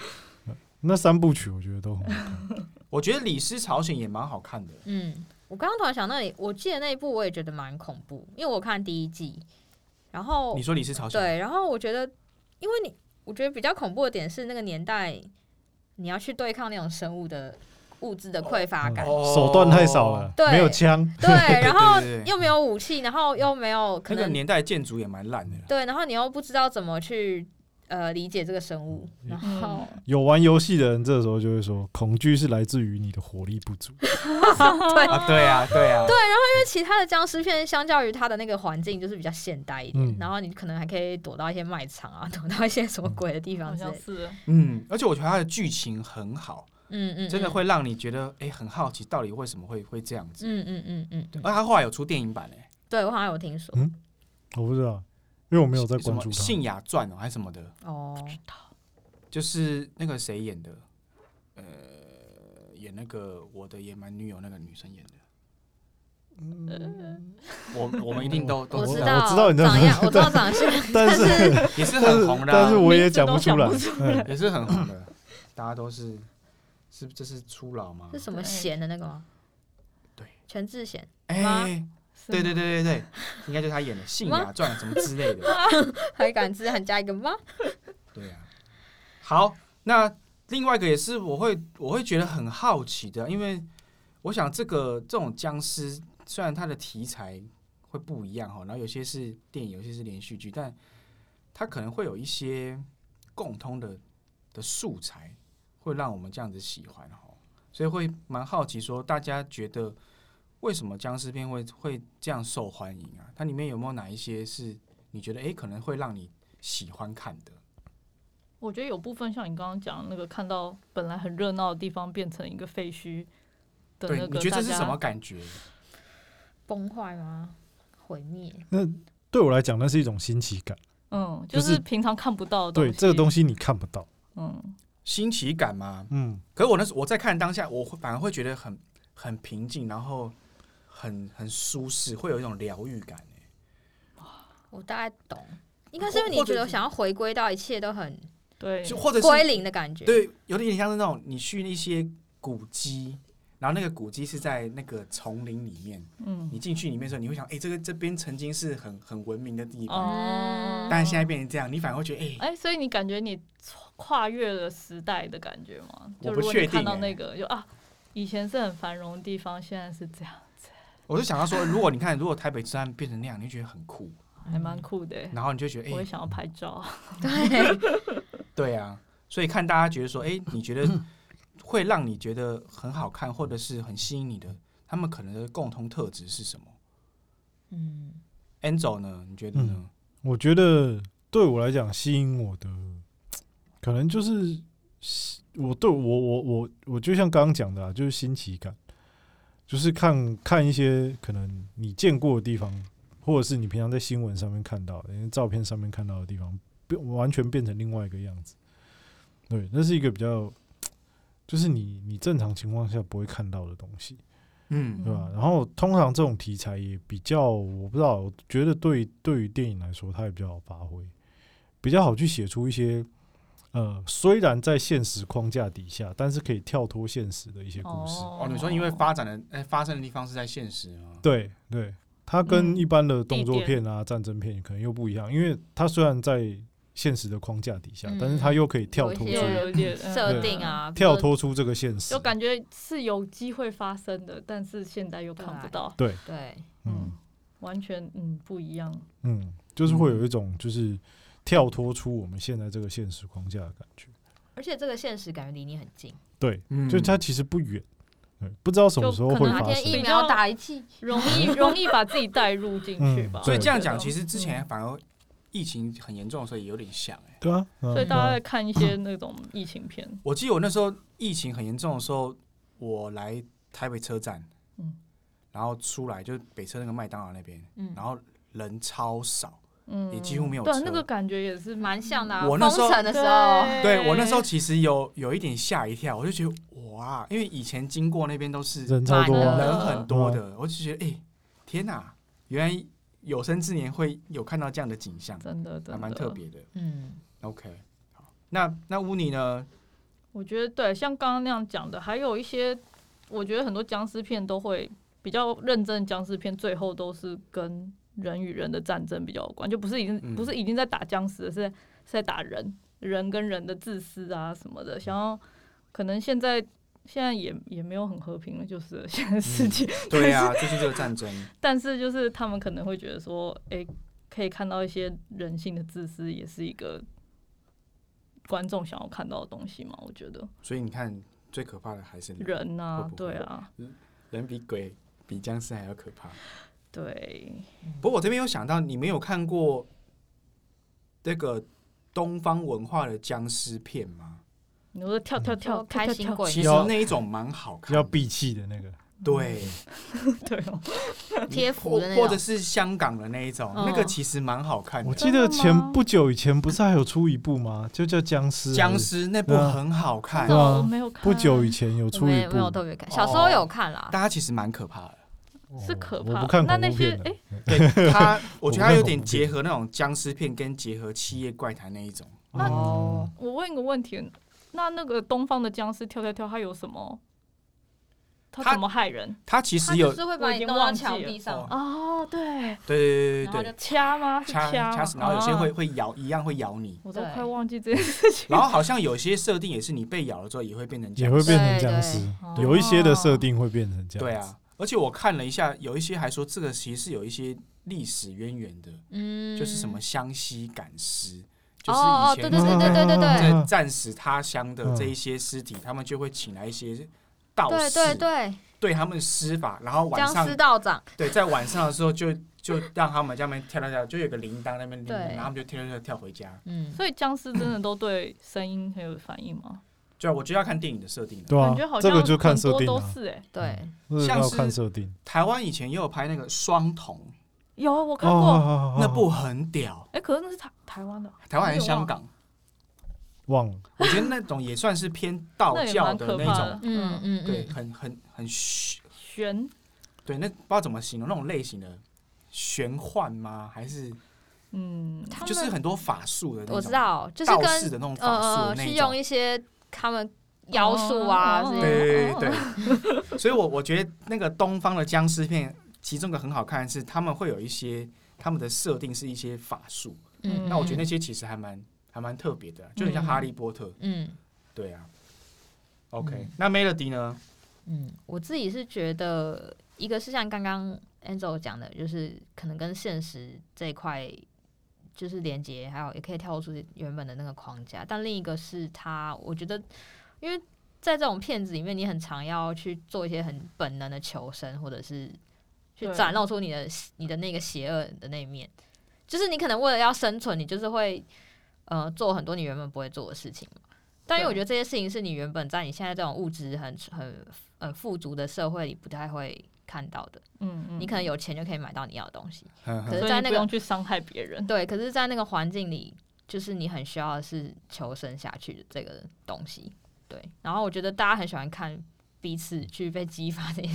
Speaker 1: 哦。
Speaker 4: 那三部曲我觉得都很好看，
Speaker 2: 我觉得《李斯朝鲜》也蛮好看的，
Speaker 3: 嗯，我刚刚突然想到，我记得那一部我也觉得蛮恐怖，因为我看第一季，然后
Speaker 2: 你说《李斯朝鲜》
Speaker 3: 哦对，然后我觉得，因为你，我觉得比较恐怖的点是那个年代，你要去对抗那种生物的物质的匮乏感，
Speaker 2: 哦
Speaker 4: 手段太少了，
Speaker 3: 对
Speaker 4: 没有枪，
Speaker 3: 对，然后
Speaker 2: 对对对
Speaker 3: 又没有武器，然后又没有可
Speaker 2: 那个
Speaker 3: 能
Speaker 2: 年代建筑也蛮烂的啦，
Speaker 3: 对，然后你又不知道怎么去呃理解这个生物，
Speaker 2: 嗯
Speaker 3: 然
Speaker 1: 嗯
Speaker 3: 后
Speaker 4: 有玩游戏的人这时候就会说，恐惧是来自于你的火力不足。
Speaker 2: 啊，对啊，对啊，
Speaker 3: 因为其他的僵尸片相较于它的那个环境就是比较现代一点，
Speaker 4: 嗯
Speaker 3: 然后你可能还可以 躲到一些
Speaker 2: 嗯
Speaker 3: 卖场啊，躲到一些什么鬼的地
Speaker 1: 好
Speaker 3: 方之类
Speaker 1: 像
Speaker 3: 的。
Speaker 1: 是，
Speaker 2: 嗯，而且我觉得它的剧情很好，
Speaker 3: 嗯嗯，
Speaker 2: 真的会让你觉得哎、诶很好奇，到底为什么会会这样子。
Speaker 3: 嗯，嗯嗯嗯嗯，
Speaker 2: 而他后来有出电影版哎、
Speaker 3: 对我好像有听说
Speaker 4: 嗯我不知道，因为我没有在
Speaker 2: 什
Speaker 4: 关
Speaker 2: 么
Speaker 4: 注
Speaker 2: 《
Speaker 4: 他。
Speaker 2: 信雅传》哦，还是什么的，
Speaker 3: 哦，
Speaker 2: 就是那个谁演的，呃，演那个《我的野蛮女友》那个女生演的。
Speaker 4: 嗯
Speaker 2: 我我们一定都都
Speaker 3: 我知
Speaker 4: 我
Speaker 3: 道，
Speaker 4: 我知道你在
Speaker 3: 长
Speaker 4: 说
Speaker 3: 样，我知道长相，
Speaker 4: 但是
Speaker 2: 也是
Speaker 4: 但
Speaker 2: 很
Speaker 4: 是
Speaker 2: 红的啊、
Speaker 4: 但是我也
Speaker 1: 名字
Speaker 4: 讲
Speaker 1: 都
Speaker 4: 不出
Speaker 1: 想
Speaker 4: 来
Speaker 1: 不。出
Speaker 4: 嗯
Speaker 2: 也是很红的，大家都是是这是初老吗
Speaker 3: 是？什么
Speaker 1: 对
Speaker 3: 贤的那个吗？
Speaker 2: 对，
Speaker 3: 全智贤，
Speaker 2: 哎、
Speaker 3: 吗
Speaker 2: 对对对对 对，应该就是他演的《信雅传》什么之类的，
Speaker 3: 还敢自然加一个吗？
Speaker 2: 对啊。好，那另外一个也是我会我会觉得很好奇的，因为我想这个这种僵尸虽然它的题材会不一样哈，然后有些是电影，有些是连续剧，但它可能会有一些共通的的素材，会让我们这样子喜欢哈，所以会蛮好奇说大家觉得为什么僵尸片会会这样受欢迎啊？它里面有没有哪一些是你觉得诶可能会让你喜欢看的？
Speaker 1: 我觉得有部分像你刚刚讲那个，看到本来很热闹的地方变成一个废墟的那
Speaker 2: 对，你
Speaker 1: 个，
Speaker 2: 觉得
Speaker 1: 大
Speaker 2: 这是什
Speaker 1: 家
Speaker 2: 么感觉？
Speaker 3: 崩坏吗？毁灭？
Speaker 4: 对我来讲，那是一种新奇感。
Speaker 1: 嗯，就
Speaker 4: 就是
Speaker 1: 是平常看不到的
Speaker 4: 对这个东
Speaker 1: 西，
Speaker 4: 西你看不到，
Speaker 1: 嗯，
Speaker 2: 新奇感吗？
Speaker 4: 嗯，
Speaker 2: 可是我那时候我在看当下，我会反而会觉得很很平静，然后很很舒适，会有一种疗愈感欸。
Speaker 3: 我大概懂，应该是因为你
Speaker 2: 或者
Speaker 3: 觉得
Speaker 2: 是
Speaker 3: 想要回归到一切都很
Speaker 1: 对，
Speaker 2: 就或者
Speaker 3: 归
Speaker 2: 是
Speaker 3: 零的感觉。，
Speaker 2: 对，有点像是那种你去一些古迹，然后那个古迹是在那个丛林里面，
Speaker 1: 嗯，
Speaker 2: 你进去里面的时候，你会想，哎、这个这边曾经是很很文明的地方，
Speaker 1: 哦，
Speaker 2: 嗯但是现在变成这样，你反而会觉得，哎、
Speaker 1: 哎、所以你感觉你跨越了时代的感觉吗？就
Speaker 2: 我不
Speaker 1: 如果
Speaker 2: 确
Speaker 1: 你看
Speaker 2: 定
Speaker 1: 到
Speaker 2: 欸
Speaker 1: 那个，就啊，以前是很繁荣的地方，现在是这样，
Speaker 2: 我就想到说，如果你看，如果台北治安变成那样，你会觉得很酷，
Speaker 1: 还蛮酷的、欸。
Speaker 2: 然后你就觉得，
Speaker 1: 我
Speaker 2: 嗯哎、
Speaker 1: 也想要拍照，
Speaker 2: 对啊，所以看大家觉得说，哎、你觉得会让你觉得很好看，或者是很吸引你的，他们可能的共同特质是什么
Speaker 3: 嗯，
Speaker 2: ？Angel 呢？你觉得呢？
Speaker 4: 我觉得对我来讲吸引我的，可能就是吸我对我我我我就像刚刚讲的、啊，就是新奇感，就是看看一些可能你见过的地方，或者是你平常在新闻上面看到的、因为照片上面看到的地方，变完全变成另外一个样子。对，那是一个比较，就是你你正常情况下不会看到的东西。
Speaker 2: 嗯
Speaker 4: 对吧？
Speaker 1: 嗯
Speaker 4: 然后通常这种题材也比较，我不知道，我觉得对对于电影来说，它也比较好发挥，比较好去写出一些呃，虽然在现实框架底下，但是可以跳脱现实的一些故事。
Speaker 2: 哦，你说因为 发展的哎、发生的地方是在现实吗？
Speaker 4: 对对，它跟
Speaker 1: 嗯
Speaker 4: 一般的动
Speaker 1: 地
Speaker 4: 作
Speaker 1: 点
Speaker 4: 片啊、战争片可能又不一样，因为它虽然在现实的框架底下，但是它
Speaker 3: 嗯
Speaker 4: 又可以跳
Speaker 3: 一
Speaker 4: 脱
Speaker 3: 些
Speaker 4: 出
Speaker 1: 又有一点
Speaker 3: 设定，
Speaker 2: 嗯
Speaker 3: 啊，
Speaker 4: 跳
Speaker 3: 比如说
Speaker 4: 脱出这个现
Speaker 1: 嗯
Speaker 4: 实
Speaker 1: 就。感觉是有机会发生的，但是现在又看不到，
Speaker 4: 对，
Speaker 3: 对，
Speaker 4: 嗯
Speaker 1: 嗯，完全嗯不一样，
Speaker 4: 嗯，就是会有一种就是跳脱出我们现在这个现实框架的感觉。
Speaker 3: 而且这个现实感觉离你很近，
Speaker 4: 对，
Speaker 2: 嗯
Speaker 4: 就它其实不远，对，不知道什么
Speaker 1: 就
Speaker 4: 时候
Speaker 1: 可
Speaker 4: 会
Speaker 1: 能
Speaker 3: 哪
Speaker 4: 发
Speaker 3: 天疫
Speaker 4: 生。
Speaker 3: 苗打一剂，
Speaker 1: 容易容易把自己带入进去吧。
Speaker 4: 嗯
Speaker 2: 所以
Speaker 4: 对
Speaker 2: 这样讲，
Speaker 1: 我觉得
Speaker 2: 其实之前反而疫情很严重的时候也有点像哎、
Speaker 4: 对啊，嗯
Speaker 1: 所以大家在
Speaker 4: 嗯
Speaker 1: 看一些那种疫情片，
Speaker 2: 我记得我那时候疫情很严重的时候，我来台北车站，
Speaker 1: 嗯
Speaker 2: 然后出来就是北车那个麦当劳那边，
Speaker 3: 嗯
Speaker 2: 然后人超少，
Speaker 1: 嗯，
Speaker 2: 也几乎没有车。
Speaker 1: 对啊，那个感觉也是
Speaker 3: 蛮像的啊。
Speaker 2: 我
Speaker 3: 封
Speaker 2: 那时候
Speaker 3: 城的时候，
Speaker 2: 对我那时
Speaker 1: 哎
Speaker 2: 候其实有有一点吓一跳，我就觉得哇，因为以前经过那边都是
Speaker 4: 人超多
Speaker 3: 满
Speaker 4: 啊
Speaker 3: 了，
Speaker 2: 人很多的，我就觉得哎、天哪、原来有生之年会有看到这样的景象，
Speaker 1: 真的真
Speaker 2: 还
Speaker 1: 的
Speaker 2: 蛮特。别的。
Speaker 3: 嗯，
Speaker 2: OK，好，那那乌尼呢？
Speaker 1: 我觉得对，像刚刚那样讲的，还有一些，我觉得很多僵尸片都会比较认真，僵尸片最后都是跟人与人的战争比较有关，就不是已经、
Speaker 2: 嗯
Speaker 1: 不是已经在打僵尸了，是在是在打人，人跟人的自私啊什么
Speaker 2: 嗯
Speaker 1: 的，想要可能现在。现在也也没有很和平了，就是了
Speaker 2: 嗯
Speaker 1: 现在世界，
Speaker 2: 对啊，最近这个战争，
Speaker 1: 但是就是他们可能会觉得说，诶，可以看到一些人性的自私，也是一个观众想要看到的东西嘛。我觉得
Speaker 2: 所以你看最可怕的还是人，
Speaker 1: 人呐、
Speaker 2: 嗯会不会
Speaker 1: 对啊，
Speaker 2: 人比鬼比僵尸还要可怕。
Speaker 1: 对，
Speaker 2: 不过我这边有想到，你没有看过那个东方文化的僵尸片吗？
Speaker 1: 你说跳跳跳，
Speaker 3: 说开心
Speaker 1: 鬼，
Speaker 3: 鬼
Speaker 2: 其实那一种蛮好看的，
Speaker 4: 要闭气的那个，
Speaker 2: 对
Speaker 1: 对哦，
Speaker 3: 贴符的那
Speaker 2: 或
Speaker 3: 种
Speaker 2: 或者是香港的那一种，
Speaker 3: 嗯
Speaker 2: 那个其实蛮好看
Speaker 4: 我
Speaker 2: 的。
Speaker 4: 记
Speaker 1: 真
Speaker 4: 得
Speaker 1: 的
Speaker 4: 前
Speaker 1: 吗
Speaker 4: 不久以前不是还有出一部吗？就叫僵尸还是，
Speaker 2: 僵尸那部
Speaker 4: 对啊
Speaker 2: 很好看
Speaker 1: 真的，
Speaker 4: 啊
Speaker 1: 我没有看，
Speaker 4: 不久以前有
Speaker 3: 我
Speaker 4: 出一
Speaker 3: 没
Speaker 4: 部
Speaker 3: 没，有特别
Speaker 2: 哦
Speaker 3: 看，小时候有看啦，
Speaker 2: 大家其实蛮可怕 的。
Speaker 4: 哦
Speaker 1: 是可
Speaker 4: 我
Speaker 1: 怕
Speaker 4: 不看
Speaker 1: 那
Speaker 4: 恐怖
Speaker 1: 那些
Speaker 4: 片的，
Speaker 2: 对它，我觉得它有点
Speaker 4: 我不看恐怖片
Speaker 2: 结合那种僵尸片，跟结合《七夜怪谈》那一种。
Speaker 1: 那
Speaker 4: 哦，
Speaker 1: 我问一个问题，那那个东方的僵尸跳跳跳，它有什么？
Speaker 2: 它
Speaker 1: 它怎么害人？
Speaker 2: 它其实
Speaker 3: 他就
Speaker 2: 有
Speaker 3: 是会把
Speaker 1: 我已
Speaker 3: 你
Speaker 1: 经
Speaker 3: 弄到
Speaker 1: 忘记
Speaker 3: 墙
Speaker 1: 了
Speaker 3: 壁上，
Speaker 1: 哦，对，
Speaker 2: 对对
Speaker 3: 然后
Speaker 2: 对
Speaker 3: 就哦
Speaker 2: 对
Speaker 1: 掐吗？是
Speaker 2: 对，掐
Speaker 1: 掐吗，
Speaker 2: 死，然后有些会
Speaker 1: 啊，
Speaker 2: 会咬，一样会咬你。
Speaker 1: 我都
Speaker 3: 对
Speaker 1: 快忘记这件事情。
Speaker 2: 然后好像有些设定也是你被咬了之后也会变成
Speaker 4: 也
Speaker 2: 僵
Speaker 4: 会
Speaker 2: 尸。
Speaker 4: 变成
Speaker 3: 对
Speaker 4: 僵
Speaker 3: 对
Speaker 4: 尸，
Speaker 1: 哦
Speaker 4: 有一些的设定会变成这样。
Speaker 2: 对，啊，而且我看了一下，有一些还说这个其实是有一些历史渊源的，
Speaker 3: 嗯，
Speaker 2: 就是什么湘西赶尸，就是
Speaker 3: 哦哦，
Speaker 2: 以
Speaker 3: 对
Speaker 2: 前
Speaker 3: 对对对对对对
Speaker 2: 在
Speaker 4: 嗯
Speaker 2: 战死他乡的这一些尸体，他们就会请来一些道
Speaker 3: 对
Speaker 2: 士，
Speaker 3: 对对，
Speaker 2: 对他们施法，然后晚
Speaker 3: 僵
Speaker 2: 上
Speaker 3: 尸道长，
Speaker 2: 对在晚上的时候就就让他们这边跳跳跳，就有个铃铛那边铃铛，
Speaker 3: 对
Speaker 2: 然后他们就跳跳跳跳回家。
Speaker 3: 嗯，
Speaker 1: 所以僵尸真的都对声音很有反应吗？
Speaker 2: 对啊，我就要看电影的设定了。
Speaker 4: 对啊
Speaker 1: 感觉好，
Speaker 4: 这
Speaker 1: 像
Speaker 4: 个就看
Speaker 1: 很
Speaker 4: 设
Speaker 1: 多
Speaker 4: 定
Speaker 1: 都
Speaker 4: 啊，
Speaker 1: 是哎，
Speaker 3: 对，
Speaker 4: 这个
Speaker 2: 像
Speaker 4: 要
Speaker 2: 是
Speaker 4: 看设定。
Speaker 2: 台湾以前也有拍那个双瞳，
Speaker 1: 有我看过，
Speaker 4: 哦，
Speaker 2: 那部很屌，
Speaker 1: 哎，可是那是台台湾的，
Speaker 2: 台湾还是香
Speaker 3: 哎
Speaker 2: 港？
Speaker 4: 忘了，
Speaker 2: 我觉得那种也算是偏道
Speaker 1: 那也
Speaker 2: 教
Speaker 1: 蛮
Speaker 2: 的
Speaker 1: 可
Speaker 2: 那
Speaker 1: 怕
Speaker 2: 种
Speaker 1: 的，，
Speaker 3: 嗯，嗯
Speaker 2: 对，
Speaker 3: 嗯，
Speaker 2: 很很很虚，
Speaker 1: 悬，
Speaker 2: 对，那不知道怎么形容那种类型的玄幻吗？还是
Speaker 1: 嗯，
Speaker 3: 他们
Speaker 2: 就是很多法术的那种，
Speaker 3: 我知道，就是
Speaker 2: 道士
Speaker 3: 跟
Speaker 2: 的那种法
Speaker 3: 呃
Speaker 2: 术
Speaker 3: 呃，
Speaker 2: 的那
Speaker 3: 是
Speaker 2: 一
Speaker 3: 用
Speaker 2: 种。
Speaker 3: 一些他们妖术啊
Speaker 1: 哦
Speaker 3: 这些，
Speaker 2: 对对
Speaker 1: 哦
Speaker 2: 对对，所以我我觉得那个东方的僵尸片，其中一个很好看的是他们会有一些他们的设定是一些法术，
Speaker 3: 嗯，
Speaker 2: 那我觉得那
Speaker 3: 嗯，
Speaker 2: 些其实还蛮还蛮特别的，就很像哈利波特，
Speaker 3: 嗯。
Speaker 2: 对啊。OK，
Speaker 3: 嗯
Speaker 2: 那 Melody 呢？
Speaker 3: 嗯，我自己是觉得，一个是像刚刚 Angel 讲的，就是可能跟现实这一块就是连接，还有也可以跳脱出原本的那个框架。但另一个是他，我觉得，因为在这种片子里面，你很常要去做一些很本能的求生，或者是去
Speaker 1: 对
Speaker 3: 展露出你的你的那个邪恶的那一面。就是你可能为了要生存，你就是会呃做很多你原本不会做的事情嘛。但因为我
Speaker 1: 对
Speaker 3: 觉得这些事情是你原本在你现在这种物质很很很富足的社会里不太会看到的。
Speaker 1: 嗯嗯，
Speaker 3: 你可能有钱就可以买到你要的东西，
Speaker 2: 呵呵
Speaker 3: 可是
Speaker 1: 所以
Speaker 3: 在
Speaker 1: 你
Speaker 3: 那
Speaker 1: 不
Speaker 3: 个
Speaker 1: 用去伤害别人，
Speaker 3: 对。可是，在那个环境里，就是你很需要的是求生下去的这个东西，对。然后我觉得大家很喜欢看彼此去被激发这些，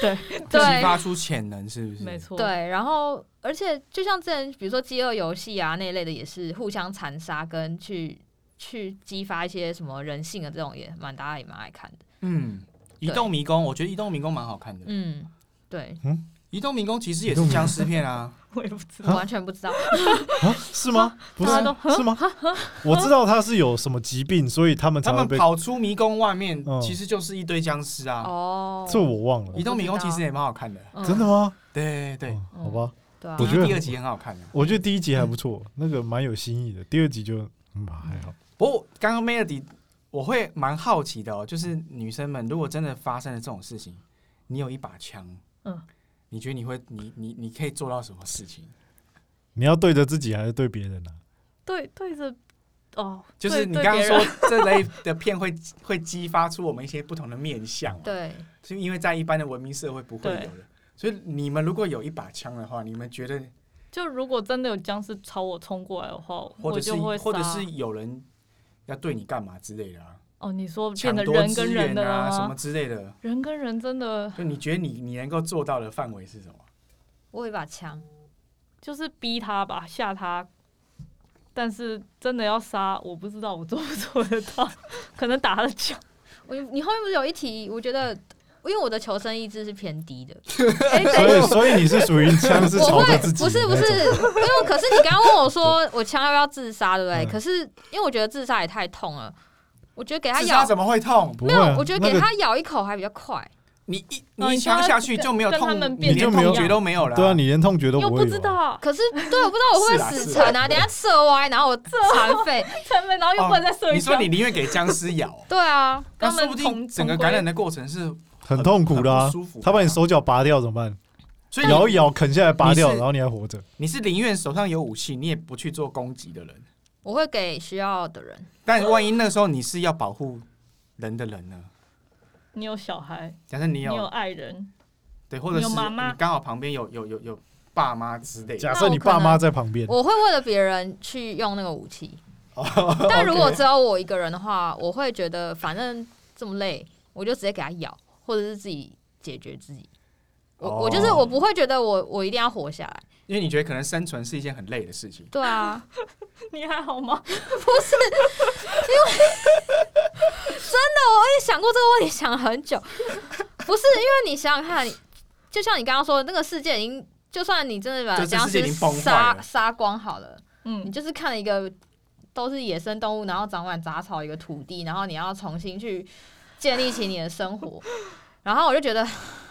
Speaker 1: 对
Speaker 3: 对
Speaker 2: 激发出潜能是不是？
Speaker 1: 没错，，
Speaker 3: 对，然后而且就像之前，比如说饥饿游戏啊那一类的，也是互相残杀跟去去激发一些什么人性的这种，也蛮大家也蛮爱看的。
Speaker 2: 嗯，移动迷宫，我觉得移动迷宫蛮好看的。
Speaker 3: 嗯，对，
Speaker 2: 移动迷宫其实也
Speaker 4: 移动
Speaker 2: 是
Speaker 4: 迷宫
Speaker 2: 僵尸片 啊，
Speaker 1: 我也不知
Speaker 3: 我
Speaker 1: 道，
Speaker 3: 完全不知道。
Speaker 4: 啊，是吗？不是
Speaker 1: 大家都，
Speaker 4: 是吗？我知道他是有什么疾病，所以他们
Speaker 2: 他
Speaker 4: 才会
Speaker 2: 们
Speaker 4: 被。
Speaker 2: 跑出迷宫外面
Speaker 4: 嗯，
Speaker 2: 其实就是一堆僵尸啊。
Speaker 3: 哦，
Speaker 4: 这我忘了
Speaker 2: 移，动迷宫其实也蛮好看的，
Speaker 3: 嗯
Speaker 4: 真的吗？
Speaker 2: 对对
Speaker 4: 哦
Speaker 2: 对，
Speaker 4: 好吧，
Speaker 3: 对啊
Speaker 4: 我，
Speaker 2: 我
Speaker 4: 觉
Speaker 2: 觉
Speaker 4: 得
Speaker 2: 得第二集很好看啊的。
Speaker 4: 我觉得第一集还不错，那个蛮有新意的。第二集就嗯还好，
Speaker 2: 不过刚刚 Melody，我会蛮好奇的哦，就是女生们如果真的发生了这种事情，你有一把枪，
Speaker 1: 嗯
Speaker 2: 你觉得你会你你你可以做到什么事情？
Speaker 4: 你要对着自己还是对别人啊呢？
Speaker 1: 对对着哦，
Speaker 2: 就是
Speaker 1: 对
Speaker 2: 你
Speaker 1: 对
Speaker 2: 刚刚
Speaker 1: 别
Speaker 2: 说
Speaker 1: 人
Speaker 2: 这类的片会会激发出我们一些不同的面相嘛，
Speaker 3: 对，
Speaker 2: 是因为在一般的文明社会不会
Speaker 1: 对
Speaker 2: 有的。所以你们如果有一把枪的话，你们觉得，
Speaker 1: 就如果真的有僵尸朝我冲过来的话，
Speaker 2: 或
Speaker 1: 我
Speaker 2: 者是
Speaker 1: 就会
Speaker 2: 或者
Speaker 1: 杀
Speaker 2: 是有人要对你干嘛之类的啊，
Speaker 1: 哦，你说
Speaker 2: 抢
Speaker 1: 变得
Speaker 2: 夺
Speaker 1: 人
Speaker 2: 资
Speaker 1: 跟人
Speaker 2: 源
Speaker 1: 的
Speaker 2: 啊
Speaker 1: 了
Speaker 2: 什么
Speaker 1: 吗？
Speaker 2: 之类的，
Speaker 1: 人跟人真的
Speaker 2: 就你觉得你你能够做到的范围是什么？
Speaker 3: 我有一把枪，
Speaker 1: 就是逼他吧，吓他。但是真的要杀，我不知道我做不做得到， 可能打他的脚。
Speaker 3: 我你后面不是有一题？我觉得，因为我的求生意志是偏 低的，
Speaker 1: 哎、
Speaker 4: 所
Speaker 1: 对，
Speaker 4: 以所以你是属于枪是
Speaker 3: 我
Speaker 4: 朝着
Speaker 3: 会
Speaker 4: 自己的
Speaker 3: 不是不
Speaker 4: 那
Speaker 3: 是，
Speaker 4: 种
Speaker 3: 因为可是你刚刚问我说我枪要不要自杀，对不对？
Speaker 4: 嗯
Speaker 3: 可是因为我觉得自杀也太痛了，我觉得给他
Speaker 2: 自
Speaker 3: 咬
Speaker 2: 杀怎么会痛？
Speaker 4: 不
Speaker 3: 没
Speaker 4: 会
Speaker 3: 有
Speaker 4: 啊，
Speaker 3: 我觉得
Speaker 4: 那
Speaker 3: 给
Speaker 4: 个
Speaker 3: 他咬一口还比较快。
Speaker 2: 你一
Speaker 1: 哦
Speaker 2: 你一
Speaker 1: 你
Speaker 2: 枪
Speaker 1: 说
Speaker 2: 下去就没有
Speaker 1: 跟
Speaker 2: 痛
Speaker 1: 他们，
Speaker 2: 你
Speaker 1: 变
Speaker 2: 连
Speaker 4: 成一
Speaker 2: 痛
Speaker 4: 样
Speaker 2: 觉都没有了。
Speaker 4: 对啊，你连痛觉都
Speaker 1: 又
Speaker 4: 不
Speaker 1: 不
Speaker 4: 会
Speaker 1: 知
Speaker 4: 有啊。
Speaker 1: 道，
Speaker 3: 可是对，我不知道我会不会
Speaker 2: 是啊
Speaker 3: 死
Speaker 2: 是啊
Speaker 3: 缠啊，等一下射歪，然后我残废。，
Speaker 1: 成分，然后又不能再射一
Speaker 2: 哦啊你
Speaker 1: 枪。
Speaker 2: 说你宁愿给僵尸 咬
Speaker 3: 对啊，
Speaker 1: 跟
Speaker 2: 那
Speaker 1: 他
Speaker 2: 说
Speaker 1: 们
Speaker 2: 不定
Speaker 1: 同
Speaker 2: 整个
Speaker 1: 同归
Speaker 2: 感染的过程是
Speaker 4: 很痛苦的啊
Speaker 2: 很不舒服的啊
Speaker 4: 他把你手脚拔掉怎么办？
Speaker 2: 所以你
Speaker 4: 咬一咬，啃下来拔掉，
Speaker 2: 你是
Speaker 4: 然后你还活着。
Speaker 2: 你是宁愿手上有武器，你也不去做攻击的人。
Speaker 3: 我会给需要的人。
Speaker 2: 但万一那时候你是要保护人的人呢？
Speaker 1: 你有小孩，
Speaker 2: 假设你
Speaker 1: 你
Speaker 2: 有
Speaker 1: 有爱人，
Speaker 2: 对，或者
Speaker 1: 你有
Speaker 2: 是你
Speaker 1: 妈妈
Speaker 2: 刚好旁边有有有有爸妈之类的。
Speaker 4: 假设你爸妈在旁边，
Speaker 3: 我会为了别人去用那个武器，
Speaker 2: 哦
Speaker 3: 但如果
Speaker 2: OK
Speaker 3: 只有我一个人的话，我会觉得反正这么累，我就直接给他咬，或者是自己解决自己。我、我就是
Speaker 2: 哦
Speaker 3: 我不会觉得我我一定要活下来。
Speaker 2: 因为你觉得可能生存是一件很累的事情，
Speaker 3: 对啊，
Speaker 1: 你还好吗？
Speaker 3: 我也想过这个问题，想很久。不是因为你想想看，你就像你刚刚说，的，那个世界已经，就算你真的把
Speaker 2: 就这
Speaker 3: 僵
Speaker 2: 世界
Speaker 3: 尸
Speaker 2: 已经崩坏
Speaker 3: 杀
Speaker 2: 了
Speaker 3: 杀光好了，你
Speaker 1: 嗯，
Speaker 3: 就是看了一个都是野生动物，然后长满杂草一个土地，然后你要重新去建立起你的生活。 然后我就觉得，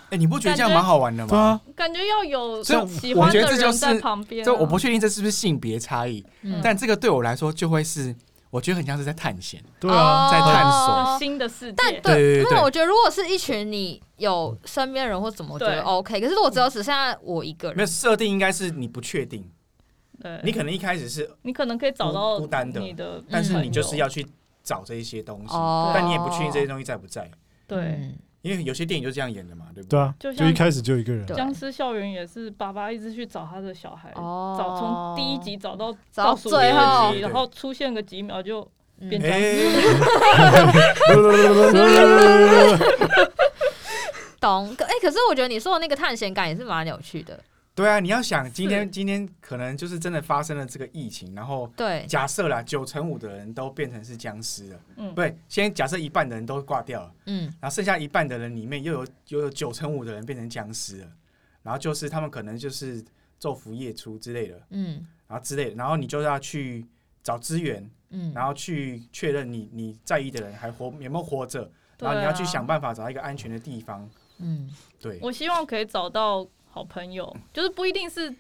Speaker 2: 哎、你不觉得这
Speaker 1: 感
Speaker 2: 样
Speaker 1: 觉
Speaker 2: 蛮好玩的
Speaker 4: 对
Speaker 2: 吗？
Speaker 4: 啊，
Speaker 1: 感觉要有
Speaker 2: 所以我
Speaker 1: 喜
Speaker 2: 我
Speaker 1: 欢
Speaker 2: 觉得
Speaker 1: 的
Speaker 2: 这就
Speaker 1: 人在
Speaker 2: 是
Speaker 1: 旁边啊。
Speaker 2: 这我不确定这是不是性别差异，
Speaker 3: 嗯，
Speaker 2: 但这个对我来说就会是，我觉得很像是在探险。
Speaker 4: 对啊，
Speaker 3: 哦
Speaker 2: 在探索
Speaker 1: 有新的世界，
Speaker 3: 但
Speaker 2: 对对
Speaker 3: 对，因
Speaker 2: 对
Speaker 3: 为我觉得如果是一群你有身边人或怎么，我觉
Speaker 1: 对
Speaker 3: 得 OK。可是我只有只剩下我一个
Speaker 2: 没有
Speaker 3: 人，
Speaker 2: 设定应该是你不确定，
Speaker 1: 对
Speaker 2: 你可能一开始是，
Speaker 1: 你可能可以找到
Speaker 2: 孤孤单的
Speaker 1: 你的朋友，
Speaker 2: 但是你就是要去找这一些东西，
Speaker 3: 哦
Speaker 2: 但你也不确定这些东西在不在，
Speaker 1: 对。
Speaker 3: 嗯
Speaker 2: 因为有些电影就这样演的嘛，对不对？
Speaker 4: 对啊，
Speaker 1: 就像
Speaker 4: 就一开始就一个人，
Speaker 3: 对
Speaker 1: 僵尸校园也是爸爸一直去找他的小孩，
Speaker 3: 哦
Speaker 1: 找从第一集找到
Speaker 3: 找
Speaker 1: 倒
Speaker 3: 到
Speaker 1: 数
Speaker 3: 最
Speaker 1: 第二
Speaker 3: 后
Speaker 1: 集，
Speaker 2: 对
Speaker 1: 然后出现个几秒就变 僵尸。
Speaker 2: 哎，
Speaker 3: 懂？可哎、可是我觉得你说的那个探险感也是蛮有趣的，
Speaker 2: 对啊，你要想今天今天可能就是真的发生了这个疫情，然后
Speaker 3: 对，
Speaker 2: 假设啦，九成五的人都变成是僵尸了，
Speaker 1: 嗯
Speaker 2: 不，对，先假设一半的人都挂掉了，
Speaker 3: 嗯，
Speaker 2: 然后剩下一半的人里面又有又有九成五的人变成僵尸了，然后就是他们可能就是昼伏夜出之类的，
Speaker 3: 嗯
Speaker 2: 然后之类的，然后你就要去找资源，
Speaker 3: 嗯，
Speaker 2: 然后去确认你你在意的人还活有没有活着，
Speaker 1: 对
Speaker 2: 然
Speaker 1: 啊
Speaker 2: 后你要去想办法找到一个安全的地方。
Speaker 3: 嗯
Speaker 2: 对，
Speaker 1: 我希望可以找到好朋友，
Speaker 2: 嗯
Speaker 1: 就是不一定是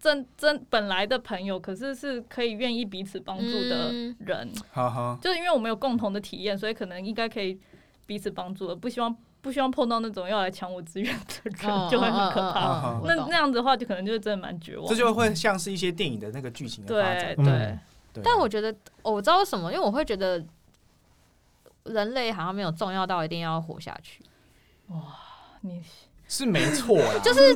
Speaker 1: 真真本来的朋友，可是是可以愿意彼此帮助的
Speaker 3: 嗯
Speaker 1: 人。
Speaker 2: 哈哈，
Speaker 1: 就是因为我们有共同的体验，所以可能应该可以彼此帮助的。不希望不希望碰到那种要来抢我资源的人，
Speaker 3: 嗯
Speaker 1: 就会很可
Speaker 3: 嗯
Speaker 1: 怕。
Speaker 2: 嗯嗯嗯
Speaker 1: 那那样子的话，就可能就真的蛮绝望
Speaker 2: 这
Speaker 1: 的。
Speaker 2: 就会像是一些电影的那个剧情的发
Speaker 1: 对
Speaker 2: 展。
Speaker 4: 嗯
Speaker 1: 对，
Speaker 2: 对
Speaker 3: 但我觉得、哦我知道为什么，因为我会觉得人类好像没有重要到一定要活下去，
Speaker 1: 你
Speaker 2: 是没错 啦，就是
Speaker 3: 有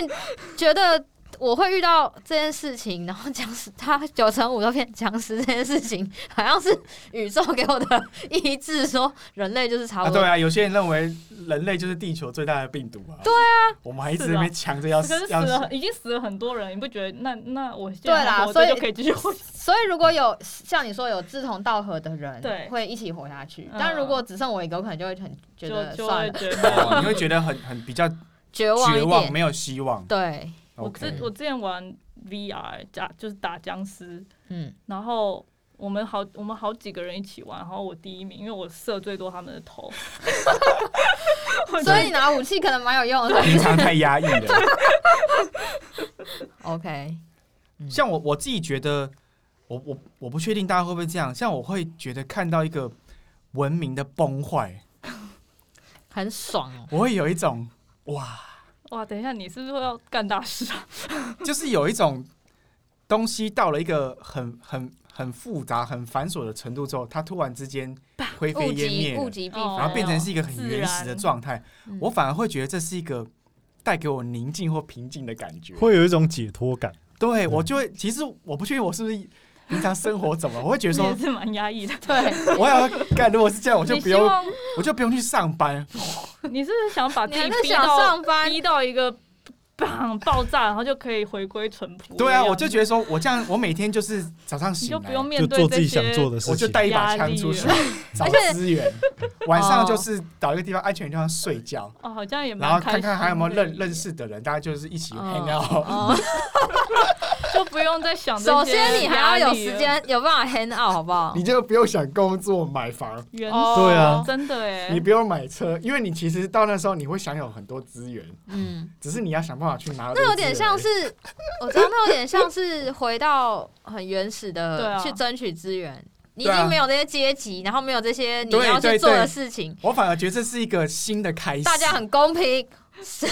Speaker 3: 点觉得。我会遇到这件事情，然后僵尸他九成五都变僵尸这件事情，好像是宇宙给我的意志，说人类就是差
Speaker 2: 啊，
Speaker 3: 不多。
Speaker 2: 对啊，有些人认为人类就是地球最大的病毒啊。对啊，我们还一直在那边抢着要
Speaker 1: 可是死
Speaker 2: 要
Speaker 1: 了，已经死了很多人，你不觉得？那那我
Speaker 3: 对啦
Speaker 1: 我
Speaker 3: 所以
Speaker 1: 就可以继续活下去。
Speaker 3: 所以如果有像你说有志同道合的人，
Speaker 1: 对
Speaker 3: 会一起活下去。
Speaker 1: 嗯
Speaker 3: 但如果只剩我一个，我可能就会很觉
Speaker 1: 就
Speaker 3: 得
Speaker 1: 就
Speaker 3: 算
Speaker 1: 会
Speaker 3: 了，
Speaker 1: 觉
Speaker 2: 哦
Speaker 1: 得。
Speaker 2: 你会觉得很很比较
Speaker 3: 绝望
Speaker 2: 绝
Speaker 3: 一
Speaker 2: 望，
Speaker 3: 点。
Speaker 2: 没有希望。
Speaker 3: 对，
Speaker 1: 我
Speaker 2: OK，
Speaker 1: 之我之前玩 VR 打就是打僵尸，
Speaker 3: 嗯
Speaker 1: 然后我们好我们好几个人一起玩，然后我第一名，因为我射最多他们的头。 我，就
Speaker 3: 所以拿武器可能蛮有用的。
Speaker 2: 平常太压抑了。
Speaker 3: OK，
Speaker 2: 像我我自己觉得，我我我不确定大家会不会这样，像我会觉得看到一个文明的崩坏，
Speaker 3: 很爽哦。
Speaker 2: 我会有一种哇，
Speaker 1: 哇，等一下，你是不是要干大事啊？
Speaker 2: 就是有一种东西到了一个很很很复杂、很繁琐的程度之后，它突然之间灰飞
Speaker 3: 物
Speaker 2: 烟
Speaker 3: 极
Speaker 2: 灭
Speaker 3: 物
Speaker 2: 了，
Speaker 3: 极必
Speaker 1: 哦
Speaker 3: 反，
Speaker 2: 然后变成是一个很
Speaker 1: 自
Speaker 2: 原始的
Speaker 1: 然
Speaker 2: 状态，
Speaker 3: 嗯
Speaker 2: 我反而会觉得这是一个带给我宁静或平静的感觉。
Speaker 4: 会有一种解脱感。
Speaker 2: 对我就会，其实我不确定我是不是。平常生活怎么？我会觉得
Speaker 1: 你也
Speaker 2: 说，
Speaker 1: 是蛮压抑的。
Speaker 3: 对，
Speaker 2: 我想要干。如果是这 样，我就
Speaker 1: 你
Speaker 2: 不
Speaker 1: 希
Speaker 2: 用
Speaker 1: 望
Speaker 2: 我就不用去上班。
Speaker 1: 你是不是想把自
Speaker 3: 你
Speaker 1: 己
Speaker 3: 还在
Speaker 1: 逼
Speaker 3: 想
Speaker 1: 到
Speaker 3: 上班？
Speaker 1: 逼到一个砰爆炸，然后就可以回归淳朴的样子？
Speaker 2: 对啊，我就觉得说，我这样，我每天就是早上
Speaker 1: 你
Speaker 2: 醒
Speaker 1: 就不用
Speaker 2: 来，
Speaker 1: 面
Speaker 4: 就
Speaker 1: 对
Speaker 4: 做
Speaker 1: 这
Speaker 4: 自己
Speaker 1: 些
Speaker 4: 想做的
Speaker 2: 我
Speaker 4: 事
Speaker 2: 就
Speaker 4: 情。
Speaker 2: 带一把枪出去找资源，晚上就是找一个地方安全的地方睡觉，
Speaker 1: 哦，好像也蛮
Speaker 2: 然后
Speaker 1: 开
Speaker 2: 看看还有没有
Speaker 1: 心的
Speaker 2: 认
Speaker 1: 耶
Speaker 2: 认，识的人，大家就是一起
Speaker 3: 嗯
Speaker 2: hang out。
Speaker 3: 哦
Speaker 1: 就不用再想这些
Speaker 3: 首先你还要
Speaker 1: 压
Speaker 3: 有
Speaker 1: 力了
Speaker 3: 时，间，有办法 hang out 好不好
Speaker 2: 你？就不用想工作、买房，
Speaker 1: 原
Speaker 3: 哦
Speaker 4: 对啊
Speaker 1: 真的哎
Speaker 2: 你，不用买车，因为你其实到那时候你会享有很多资源，
Speaker 3: 嗯。
Speaker 2: 只是你要想办法去拿到这些资源而已。
Speaker 3: 那有点像是，我知道那有点像是回到很原始
Speaker 1: 对
Speaker 3: 的
Speaker 1: 啊
Speaker 3: 去争取资源，你已
Speaker 2: 对啊
Speaker 3: 经没有这些阶级，然后没有这些你
Speaker 2: 对
Speaker 3: 要去
Speaker 2: 对
Speaker 3: 做的
Speaker 2: 对
Speaker 3: 事情，
Speaker 2: 我反而觉得这是一个新的开始，
Speaker 3: 大家很公平，
Speaker 1: 你是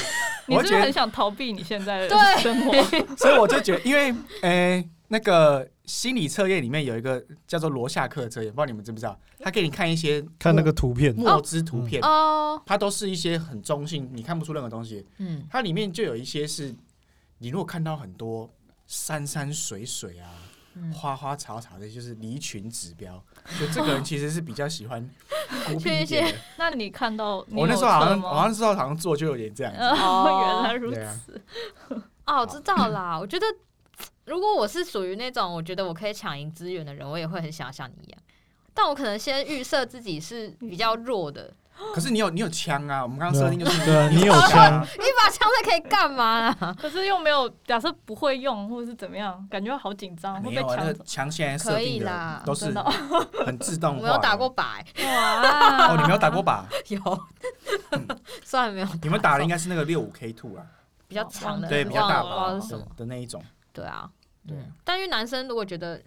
Speaker 1: 不
Speaker 2: 我觉
Speaker 1: 是
Speaker 2: 得
Speaker 1: 很想逃避你现在的
Speaker 3: 对
Speaker 1: 生活？
Speaker 2: 所以我就觉得，因为诶、呃那个心理测验里面有一个叫做罗夏克测验，不知道你们知不知道？他给你看一些
Speaker 4: 看那个图片，
Speaker 2: 墨汁图片，
Speaker 3: 哦，
Speaker 2: 它都是一些很中性，你看不出任何东西。
Speaker 3: 嗯，
Speaker 2: 它里面就有一些是，你如果看到很多山山水水啊
Speaker 3: 嗯。
Speaker 2: 花花草草的，就是离群指标，就这个人其实是比较喜欢孤僻 一点的。
Speaker 1: 那你看到你
Speaker 2: 我那时候好像，
Speaker 1: 有测吗
Speaker 2: 我那时候好像做就有点这样子。
Speaker 1: 哦，原来如
Speaker 2: 对啊
Speaker 1: 此。
Speaker 3: 哦，我知道啦。我觉得如果我是属于那种我觉得我可以抢赢资源的人，我也会很想像你一样。但我可能先预设自己是比较弱的，
Speaker 2: 可是你有你有枪啊！我们刚刚
Speaker 4: 对啊
Speaker 2: 设定就是
Speaker 4: 对啊你有
Speaker 2: 啊，
Speaker 3: 一把枪那可以干嘛啦？
Speaker 1: 可是又没有假设不会用或者是怎么样，感觉好紧
Speaker 3: 哦
Speaker 1: 张，会
Speaker 2: 没
Speaker 1: 被
Speaker 2: 有啊，那
Speaker 1: 抢走
Speaker 2: 个。枪现在设定
Speaker 3: 可以啦
Speaker 2: 的都是
Speaker 1: 真的 哦
Speaker 2: 很自动
Speaker 3: 我
Speaker 2: 化。
Speaker 3: 没有打过靶、欸，
Speaker 1: 哇
Speaker 2: 哦，你没有打过靶，
Speaker 3: 有，
Speaker 2: 嗯
Speaker 3: 虽然没有，
Speaker 2: 你们打的应该是那个六五 K two 啦，
Speaker 3: 比较长的，
Speaker 2: 对，比较大
Speaker 3: 忘了
Speaker 2: 靶
Speaker 3: 不知道是什么。
Speaker 2: 的那一种。
Speaker 3: 嗯对啊，
Speaker 2: 对
Speaker 3: 嗯，但因为男生如果觉得，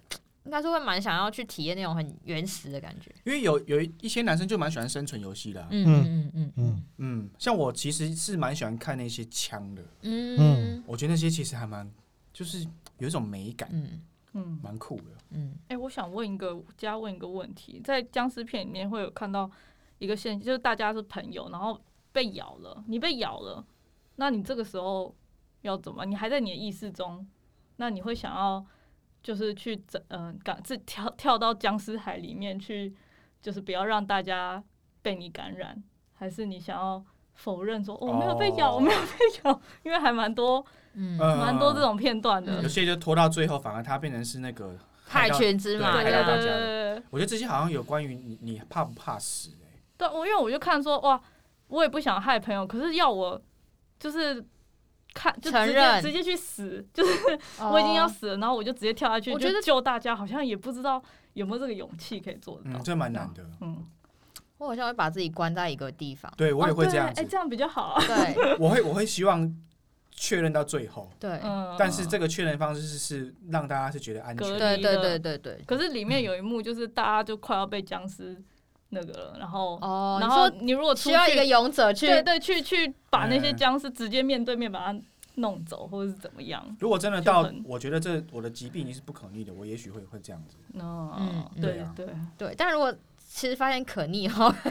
Speaker 3: 应该是会蛮想要去体验那种很原始的感觉。
Speaker 2: 因为有有一些男生就蛮喜欢生存游戏的啊、
Speaker 3: 嗯
Speaker 4: 嗯
Speaker 3: 嗯嗯
Speaker 4: 嗯，
Speaker 2: 嗯，像我其实是蛮喜欢看那些枪的，
Speaker 3: 嗯
Speaker 4: 嗯
Speaker 3: 嗯
Speaker 2: 我觉得那些其实还蛮就是有一种美感，
Speaker 3: 嗯
Speaker 1: 嗯，
Speaker 2: 蛮酷的。
Speaker 3: 嗯
Speaker 1: 哎、我想问一个加问一个问题，在僵尸片里面会有看到一个现象，就是大家是朋友，然后被咬了，你被咬了，那你这个时候要怎么？你还在你的意识中，那你会想要就是去怎嗯赶自跳跳到僵尸海里面去，就是不要让大家被你感染，还是你想要？否认说、哦、我没有被咬，我没有被咬，因为还蛮多
Speaker 3: 嗯，
Speaker 2: 嗯，
Speaker 1: 蛮多这种片段的
Speaker 2: 呃有。些就拖到最后，反而它变成是那个
Speaker 3: 害
Speaker 2: 到
Speaker 3: 群之
Speaker 2: 对啊
Speaker 3: 马
Speaker 1: 对
Speaker 2: 害到
Speaker 1: 对
Speaker 2: 大
Speaker 1: 对
Speaker 2: 家
Speaker 1: 对
Speaker 2: 的。
Speaker 1: 对。
Speaker 2: 我觉得这些好像有关于你你怕不怕死、欸、
Speaker 1: 对，我因为我就看说哇，我也不想害朋友，可是要我就是看就
Speaker 3: 承
Speaker 1: 直接
Speaker 3: 认
Speaker 1: 直接去死，就是
Speaker 3: 哦
Speaker 1: 我已经要死了，然后我就直接跳下去，
Speaker 3: 我
Speaker 1: 就
Speaker 3: 觉得
Speaker 1: 救大家，好像也不知道有没有这个勇气可以做得到
Speaker 3: 哦
Speaker 2: 嗯，。这蛮
Speaker 3: 啊
Speaker 2: 难的。
Speaker 1: 嗯，
Speaker 3: 我好像会把自己关在一个地方。
Speaker 2: 对我也会
Speaker 1: 哦对
Speaker 2: 这样子，
Speaker 1: 哎，这样比较好啊。
Speaker 3: 对
Speaker 2: 我会我会希望确认到最后，
Speaker 3: 对
Speaker 1: 嗯，
Speaker 2: 但是这个确认方式是是让大家是觉得安全
Speaker 1: 隔
Speaker 2: 的。
Speaker 3: 对对对对对。
Speaker 1: 可是里面有一幕就是大家就快要被僵尸那个了，然后
Speaker 3: 哦，
Speaker 1: 然
Speaker 3: 你
Speaker 1: 后
Speaker 3: 说
Speaker 1: 你如果出
Speaker 3: 需要一个
Speaker 1: 去，
Speaker 3: 勇者去
Speaker 1: 对对，去去把那些
Speaker 2: 嗯
Speaker 1: 僵尸直接面对面把它弄走，或者是怎么样。
Speaker 2: 如果真的到
Speaker 1: 就很，
Speaker 2: 我觉得这我的疾病已经是不可逆的，我也许会会这样子，
Speaker 1: 嗯
Speaker 3: 嗯，
Speaker 2: 对
Speaker 1: 对
Speaker 2: 啊
Speaker 1: 对。
Speaker 3: 对，但如果其实发现可逆哈，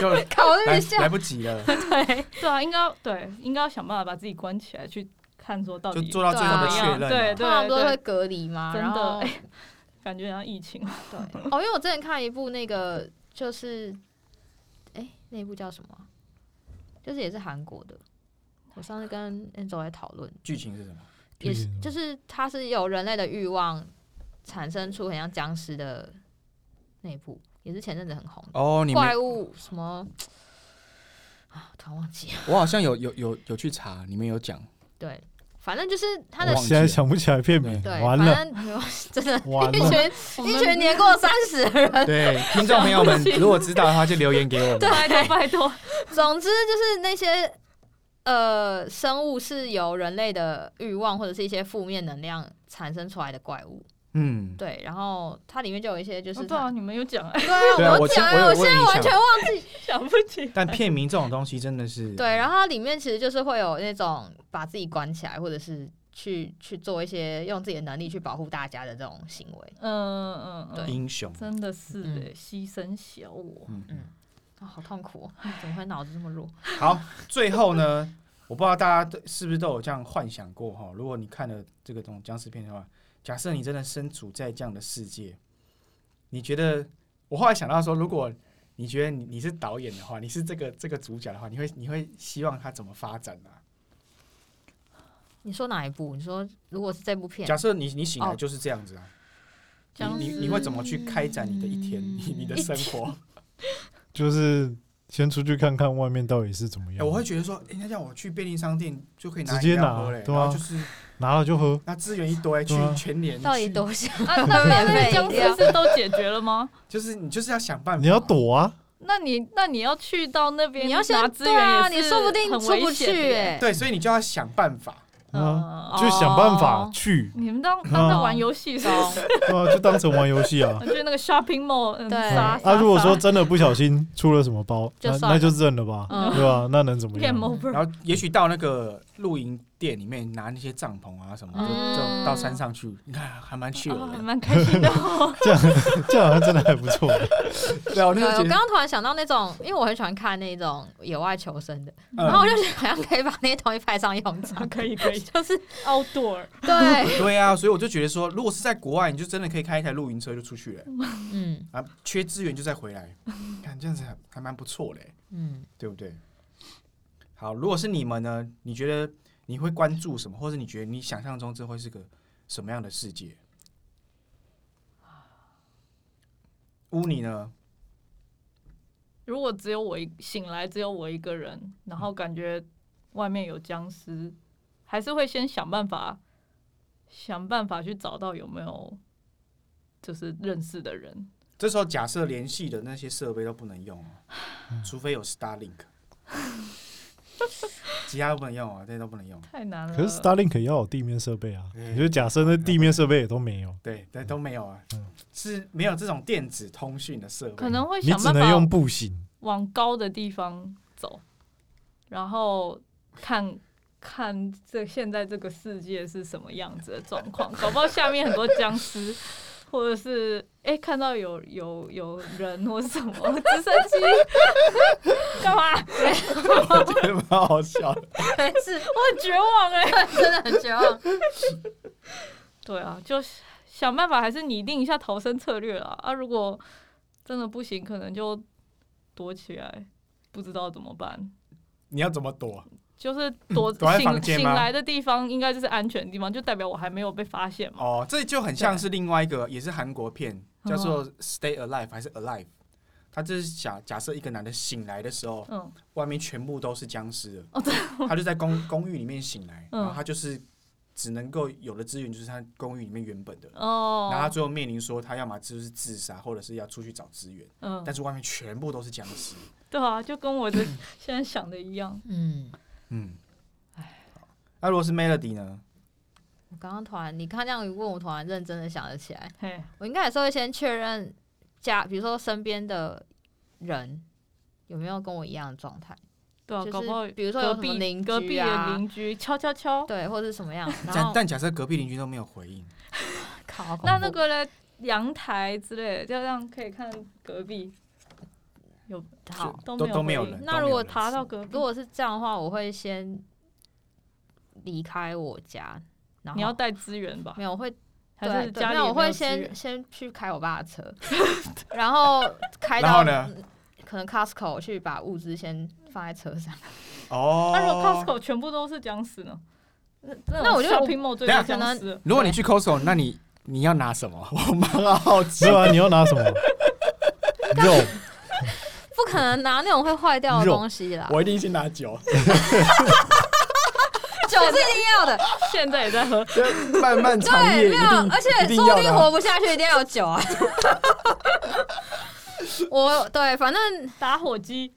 Speaker 2: 就
Speaker 3: 考虑
Speaker 2: 来来
Speaker 3: 一下。
Speaker 2: 不及了，
Speaker 3: 对，
Speaker 1: 对啊，应该要对，应该要想办法把自己关起来，去看说到
Speaker 2: 就
Speaker 1: 底
Speaker 2: 做到最后的
Speaker 1: 怎
Speaker 2: 确
Speaker 1: 么样
Speaker 2: 认啊。
Speaker 1: 对
Speaker 3: 通常不是
Speaker 1: 对
Speaker 3: 会隔离嘛，
Speaker 1: 真的
Speaker 3: 然后
Speaker 1: 哎感觉像疫情。
Speaker 3: 对，哦，因为我之前看一部那个就是，哎，那一部叫什么啊？就是也是韩国的。我上次跟 Angel 来讨论，
Speaker 2: 剧情是什么？
Speaker 3: 也是
Speaker 4: 剧情
Speaker 3: 就是它是有人类的欲望产生出很像僵尸的那一部，也是前阵子很红的
Speaker 2: 哦，你们
Speaker 3: 怪物什么啊，突然忘记了。
Speaker 2: 我好像有有有有去查，你们有讲，
Speaker 3: 对，反正就是他
Speaker 4: 我
Speaker 3: 的
Speaker 2: 忘记
Speaker 4: 现在
Speaker 2: 了
Speaker 4: 想不起来片名，
Speaker 3: 对，
Speaker 4: 完
Speaker 3: 反
Speaker 4: 了
Speaker 3: 正真的，
Speaker 4: 完
Speaker 3: 一
Speaker 4: 了，
Speaker 3: 群一群年 过三十的人，
Speaker 2: 对，听众朋友们如果知道的话，就留言给我
Speaker 1: 啊
Speaker 2: 们。
Speaker 1: 拜托拜 托，
Speaker 3: 总之就是那些呃生物是由人类的欲望或者是一些负面能量产生出来的怪物，
Speaker 2: 嗯，
Speaker 3: 对。然后它里面就有一些就
Speaker 1: 不
Speaker 3: 是
Speaker 1: 知道你们有讲，哎，
Speaker 3: 对啊，
Speaker 2: 哦啊对啊，
Speaker 3: 我
Speaker 2: 我
Speaker 3: 有讲
Speaker 2: 我
Speaker 3: 啊，
Speaker 2: 有
Speaker 3: 我现在
Speaker 2: 印
Speaker 3: 完全
Speaker 2: 象，
Speaker 3: 忘
Speaker 1: 想不起。
Speaker 2: 但片名这种东西真的是
Speaker 3: 对。然后它里面其实就是会有那种把自己关起来，或者是去去做一些用自己的能力去保护大家的这种行为。
Speaker 1: 嗯嗯嗯，
Speaker 2: 英雄，
Speaker 1: 真的是
Speaker 3: 嗯
Speaker 1: 哎，牺牲小我。
Speaker 2: 嗯
Speaker 3: 嗯，啊、好痛苦、哦！怎么会脑子这么弱？
Speaker 2: 好，最后呢， 我不知道大家都是不是都有这样幻想过哈？如果你看了这个这种僵尸片的话，假设你真的身处在这样的世界，你觉得？我后来想到说，如果你觉得你你是导演的话，你是这个这个主角的话，你会你会希望他怎么发展啊呢、
Speaker 3: 你说哪一部？你说如果是这部片，
Speaker 2: 假设你你醒来
Speaker 3: 哦
Speaker 2: 就是这样子啊，
Speaker 1: 僵
Speaker 2: 你你
Speaker 1: 尸
Speaker 2: 你会怎么去开展你的一天，你你的生活？
Speaker 4: 就是先出去看看外面到底是怎么
Speaker 2: 哎、
Speaker 4: 样。
Speaker 2: 我会觉得说，人家叫我去便利商店就可以拿
Speaker 4: 直接
Speaker 2: 饮料
Speaker 4: 拿
Speaker 2: 喝嘞，
Speaker 4: 对啊
Speaker 2: 然后就是
Speaker 4: 拿了就喝，
Speaker 2: 那资源一堆，去
Speaker 4: 对啊
Speaker 2: 全年
Speaker 3: 到底
Speaker 2: 去
Speaker 3: 多想？
Speaker 1: 啊， 那那那
Speaker 3: 免费
Speaker 1: 僵
Speaker 3: 饮料
Speaker 1: 尸是都解决了吗？
Speaker 2: 就是你就是要想办法，
Speaker 4: 你要躲啊！
Speaker 1: 那你那你要去到那边，
Speaker 3: 你要先
Speaker 1: 拿资
Speaker 3: 对
Speaker 1: 源
Speaker 3: 啊，
Speaker 1: 也是
Speaker 3: 你说不定
Speaker 1: 很
Speaker 3: 出
Speaker 1: 危
Speaker 3: 不
Speaker 1: 险的
Speaker 3: 去
Speaker 1: 耶。
Speaker 3: 哎、
Speaker 2: 对，所以你就要想办法。啊
Speaker 1: 嗯，
Speaker 4: 就想办法
Speaker 3: 哦
Speaker 4: 去，
Speaker 1: 你们当当在玩游戏是不 是？
Speaker 4: 对啊，就当成玩游戏啊。
Speaker 1: 我觉得那个 shopping mall，嗯
Speaker 3: 对
Speaker 1: 杀
Speaker 4: 嗯
Speaker 1: 杀
Speaker 4: 啊，如果说
Speaker 1: 杀
Speaker 4: 真的不小心出了什么包，
Speaker 3: 就
Speaker 4: 那
Speaker 3: 算了
Speaker 4: 那就认了吧，
Speaker 3: 嗯
Speaker 4: 对吧？那能怎么
Speaker 1: game
Speaker 4: 样？
Speaker 1: over，
Speaker 2: 然后也许到那个露营店里面拿那些帐篷啊什么，就
Speaker 1: 嗯
Speaker 2: 就到山上去，你看还蛮 chill
Speaker 1: 哦，还
Speaker 2: 的。
Speaker 1: 蛮开心的哦。
Speaker 4: 这样这样好像真的还不 错。
Speaker 2: 对啊，我
Speaker 3: 有，
Speaker 2: 那时候
Speaker 3: 哦我刚
Speaker 2: 觉得，
Speaker 3: 刚突然想到那种，因为我很喜欢看那种野外求生的，
Speaker 2: 嗯
Speaker 3: 然后我就觉得好像可以把那些东西派上用场
Speaker 1: 啊，，可以可以
Speaker 3: 就是
Speaker 1: ，outdoor，
Speaker 3: 对，
Speaker 2: 对啊，所以我就觉得说，如果是在国外，你就真的可以开一台露营车就出去了，
Speaker 3: 嗯
Speaker 2: 啊，缺资源就再回来，看这样子还还蛮不错嘞，
Speaker 3: 嗯，
Speaker 2: 对不对？好，如果是你们呢，你觉得你会关注什么，或者你觉得你想象中这会是个什么样的世界？乌尼呢？
Speaker 1: 如果只有我一醒来，只有我一个人，然后感觉外面有僵尸，还是会先想办法，想办法去找到有没有就是认识的人。
Speaker 2: 这时候假设联系的那些设备都不能用、哦，
Speaker 1: 嗯
Speaker 2: 除非有 Starlink，其他都不能用啊，这些都不能用。
Speaker 1: 太难了。
Speaker 4: 可是 Starlink 也要有地面设备啊，
Speaker 2: 嗯
Speaker 4: 你就假设那地面设备也都没有，
Speaker 2: 对，但都没有啊
Speaker 4: 嗯，
Speaker 2: 是没有这种电子通讯的设备。
Speaker 1: 可能会
Speaker 4: 你
Speaker 1: 想
Speaker 4: 只
Speaker 1: 办
Speaker 4: 能
Speaker 3: 哦
Speaker 4: 用
Speaker 1: 法
Speaker 4: 步行。
Speaker 1: 往高的地方走，然后看看这现在这个世界是什么样子的状况，搞不好下面很多僵尸。或者是哎、诶看到有有有人或什么直升机，干嘛？
Speaker 2: 我觉得蛮好笑的。
Speaker 3: 对是
Speaker 1: 我很绝望哎、
Speaker 3: 真的很绝望。
Speaker 1: 对啊，就想办法，还是拟定一下逃生策略啦。啊，如果真的不行，可能就躲起来，不知道怎么办。
Speaker 2: 你要怎么躲？
Speaker 1: 嗯就是躲
Speaker 2: 嗯躲在房
Speaker 1: 醒
Speaker 2: 间
Speaker 1: 醒
Speaker 2: 吗
Speaker 1: 来的地方，应该就是安全的地方，就代表我还没有被发现嘛。
Speaker 2: 哦，这就很像是另外一个，也是韩国片，
Speaker 1: 嗯
Speaker 2: 叫做《Stay Alive》还是《Alive》？他就是假假设一个男的醒来的时候，
Speaker 1: 嗯，哦
Speaker 2: 外面全部都是僵尸了。他就在公公寓里面醒来，
Speaker 1: 嗯
Speaker 2: 然后他就是只能够有的资源就是他公寓里面原本的。然后他
Speaker 1: 哦，
Speaker 2: 最后面临说，他要么就是自杀，或者是要出去找资源，
Speaker 1: 嗯
Speaker 2: 但，是外面全部都是僵尸。
Speaker 1: 对啊，就跟我的 现在想的一样。
Speaker 3: 嗯，
Speaker 2: 嗯，那如果是 Melody 呢？
Speaker 3: 我刚刚突然，你刚刚这样一问，我突然认真的想了起来，
Speaker 1: 嘿，
Speaker 3: 我应该也是会先确认家，比如说身边的人有没有跟我一样的状态，
Speaker 1: 对啊，
Speaker 3: 就
Speaker 1: 搞不好
Speaker 3: 是比如说有
Speaker 1: 隔
Speaker 3: 什么
Speaker 1: 壁
Speaker 3: 邻
Speaker 1: 隔壁
Speaker 3: 居
Speaker 1: 的
Speaker 3: 啊，
Speaker 1: 邻居敲敲敲，
Speaker 3: 对，或者是什么样，然
Speaker 2: 但
Speaker 3: 后
Speaker 2: 但假设隔壁邻居都没有回应，
Speaker 3: 靠好恐
Speaker 1: 那
Speaker 3: 怖
Speaker 1: 那个嘞，阳台之类的，就让可以看隔壁有
Speaker 3: 好，
Speaker 1: 都
Speaker 2: 都
Speaker 1: 没
Speaker 2: 都
Speaker 1: 回
Speaker 2: 没有
Speaker 1: 应
Speaker 2: 人
Speaker 3: 那如果
Speaker 2: 都没有
Speaker 1: 爬
Speaker 2: 人
Speaker 1: 到隔
Speaker 3: 如
Speaker 1: 壁，
Speaker 3: 果是这样的话，我会先离开我家，然后
Speaker 1: 你要带资源吧
Speaker 3: 没？有我会
Speaker 1: 还是
Speaker 3: 对对
Speaker 1: 家里
Speaker 3: 没有我会
Speaker 1: 资源
Speaker 3: 先先去开我爸 的车，然后开
Speaker 2: 然
Speaker 3: 到
Speaker 2: 后呢？
Speaker 3: 可能 Costco 去把物资先放在车上，
Speaker 2: 哦，
Speaker 1: 啊那如果 Costco 全部都是僵尸呢？ 那
Speaker 3: 那我就
Speaker 1: 屏幕最多
Speaker 2: 等
Speaker 3: 一下
Speaker 1: 僵尸了，
Speaker 2: 如果你去 Costco，那你你要拿什么？我蛮好奇
Speaker 4: 对。啊，你要拿 什么肉？
Speaker 3: 不可能拿那种会坏掉的
Speaker 4: 肉
Speaker 3: 东西啦，
Speaker 2: 我一定先拿 酒，
Speaker 3: 酒是一定 要的，
Speaker 1: 现在也在喝，
Speaker 2: 漫漫长夜
Speaker 3: 对，
Speaker 2: 一
Speaker 3: 没
Speaker 2: 定
Speaker 3: 有，而
Speaker 2: 一
Speaker 3: 且
Speaker 2: 定
Speaker 3: 说
Speaker 2: 要的
Speaker 3: 不定
Speaker 2: 啊。
Speaker 3: 活不下去，一定要有酒 啊。 我对，反正
Speaker 1: 打火机。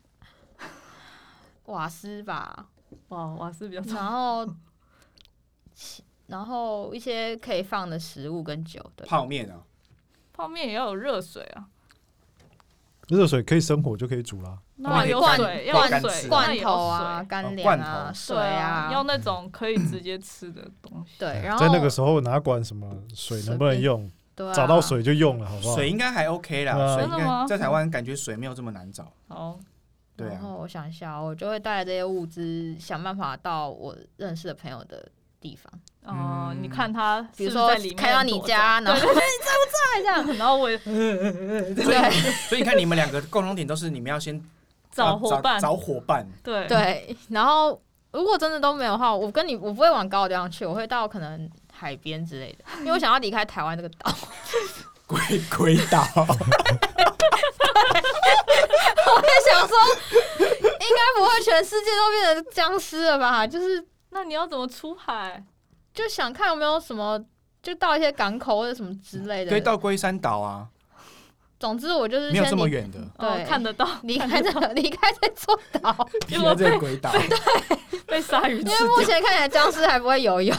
Speaker 3: 瓦斯吧，
Speaker 1: 哇，瓦斯比较重。
Speaker 3: 然后然后一些可以放的食物跟酒，对，
Speaker 2: 泡面啊，
Speaker 1: 泡面也要有热水啊，
Speaker 4: 热水可以生火就可以煮啦。
Speaker 1: 那有
Speaker 3: 罐
Speaker 1: 水，
Speaker 2: 可
Speaker 1: 要
Speaker 2: 以干
Speaker 1: 有
Speaker 2: 吃
Speaker 1: 水，
Speaker 2: 啊
Speaker 1: 那
Speaker 3: 罐
Speaker 1: 也
Speaker 3: 头
Speaker 1: 有
Speaker 3: 啊、
Speaker 1: 水，
Speaker 3: 干
Speaker 2: 哦
Speaker 3: 粮
Speaker 2: 罐头
Speaker 3: 水
Speaker 1: 对
Speaker 3: 啊
Speaker 1: 啊，，要那种可以直接吃的东西。
Speaker 3: 对，然后
Speaker 4: 在那个时候哪管什么水能不能用，
Speaker 3: 对啊
Speaker 4: 找到水就用了，好不 好？
Speaker 2: 水应该还 OK
Speaker 4: 对
Speaker 2: 啦。
Speaker 4: 啊
Speaker 2: 水
Speaker 1: 真
Speaker 2: 应
Speaker 1: 的
Speaker 2: 该
Speaker 1: 吗
Speaker 2: 在台湾感觉水没有这么难找。
Speaker 1: 好，
Speaker 2: 对
Speaker 3: 然
Speaker 2: 啊，
Speaker 1: 哦
Speaker 3: 后我想一下，我就会带着这些物资，想办法到我认识的朋友的地方，
Speaker 1: 哦，
Speaker 2: 嗯
Speaker 1: 你看他
Speaker 3: 比如
Speaker 1: 是不是
Speaker 3: 说
Speaker 1: 在里面
Speaker 3: 开到你
Speaker 1: 躲着，
Speaker 3: 家，然后说哎你在不在这样？
Speaker 1: 然后我也
Speaker 2: 所以所以你看，你们两个共同点都是你们要先
Speaker 1: 找伙伴，
Speaker 2: 找伙伴。
Speaker 1: 对
Speaker 3: 对，然后如果真的都没有的话，我跟你我不会往高的地方去，我会到可能海边之类的，因为我想要离开台湾这个岛。
Speaker 2: 鬼鬼岛，
Speaker 3: 我在想说，应该不会全世界都变成僵尸了吧？就是
Speaker 1: 那你要怎么出海？
Speaker 3: 就想看有没有什么，就到一些港口或者什么之类的。
Speaker 2: 对，到龟山岛啊，
Speaker 3: 总之我就是
Speaker 2: 没有
Speaker 3: 先
Speaker 2: 这么
Speaker 3: 离
Speaker 2: 远的。
Speaker 1: 哦
Speaker 3: 对
Speaker 1: 看得到，
Speaker 3: 离开这 个离开这座岛，
Speaker 1: 结果
Speaker 2: 离开这
Speaker 1: 被
Speaker 2: 个鬼岛，
Speaker 1: 被鲨鱼吃
Speaker 3: 因为目前看起来僵尸还不会游泳。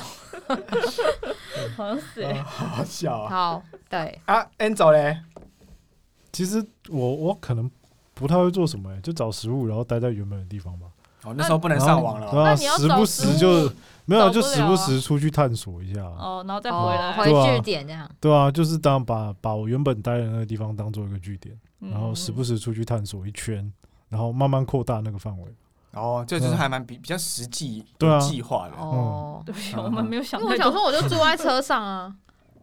Speaker 1: 掉，好像是
Speaker 4: 哦
Speaker 1: 欸。
Speaker 2: 好 好笑啊！
Speaker 3: 好，对，
Speaker 2: 啊，Angel 嘞，
Speaker 4: 其实我我可能不太会做什么、欸，就找食物，然后待在原本的地方吧。
Speaker 2: 哦，那时候不能上网
Speaker 4: 对
Speaker 2: 了。
Speaker 4: 啊，
Speaker 1: 那你要
Speaker 4: 时
Speaker 1: 找
Speaker 4: 不
Speaker 1: 食
Speaker 4: 时
Speaker 1: 物
Speaker 4: 就没有啊，
Speaker 1: 找不
Speaker 4: 就
Speaker 1: 了
Speaker 4: 时不时出去探索一下啊，
Speaker 1: 哦，然后再回
Speaker 3: 哦
Speaker 1: 来，，
Speaker 3: 回
Speaker 4: 对啊
Speaker 3: 据点这样。
Speaker 4: 对啊，就是当把把我原本待的那个地方当做一个据点，
Speaker 1: 嗯
Speaker 4: 然后时不时出去探索一圈，然后慢慢扩大那个范围。
Speaker 2: 哦，这就是还蛮比比较实际、
Speaker 4: 对啊
Speaker 2: 有计划的。
Speaker 3: 哦，
Speaker 1: 对不起，我们
Speaker 4: 嗯
Speaker 1: 没有想
Speaker 3: 因为
Speaker 1: 太
Speaker 3: 我想
Speaker 1: 多。
Speaker 3: 说，我就住在车上啊，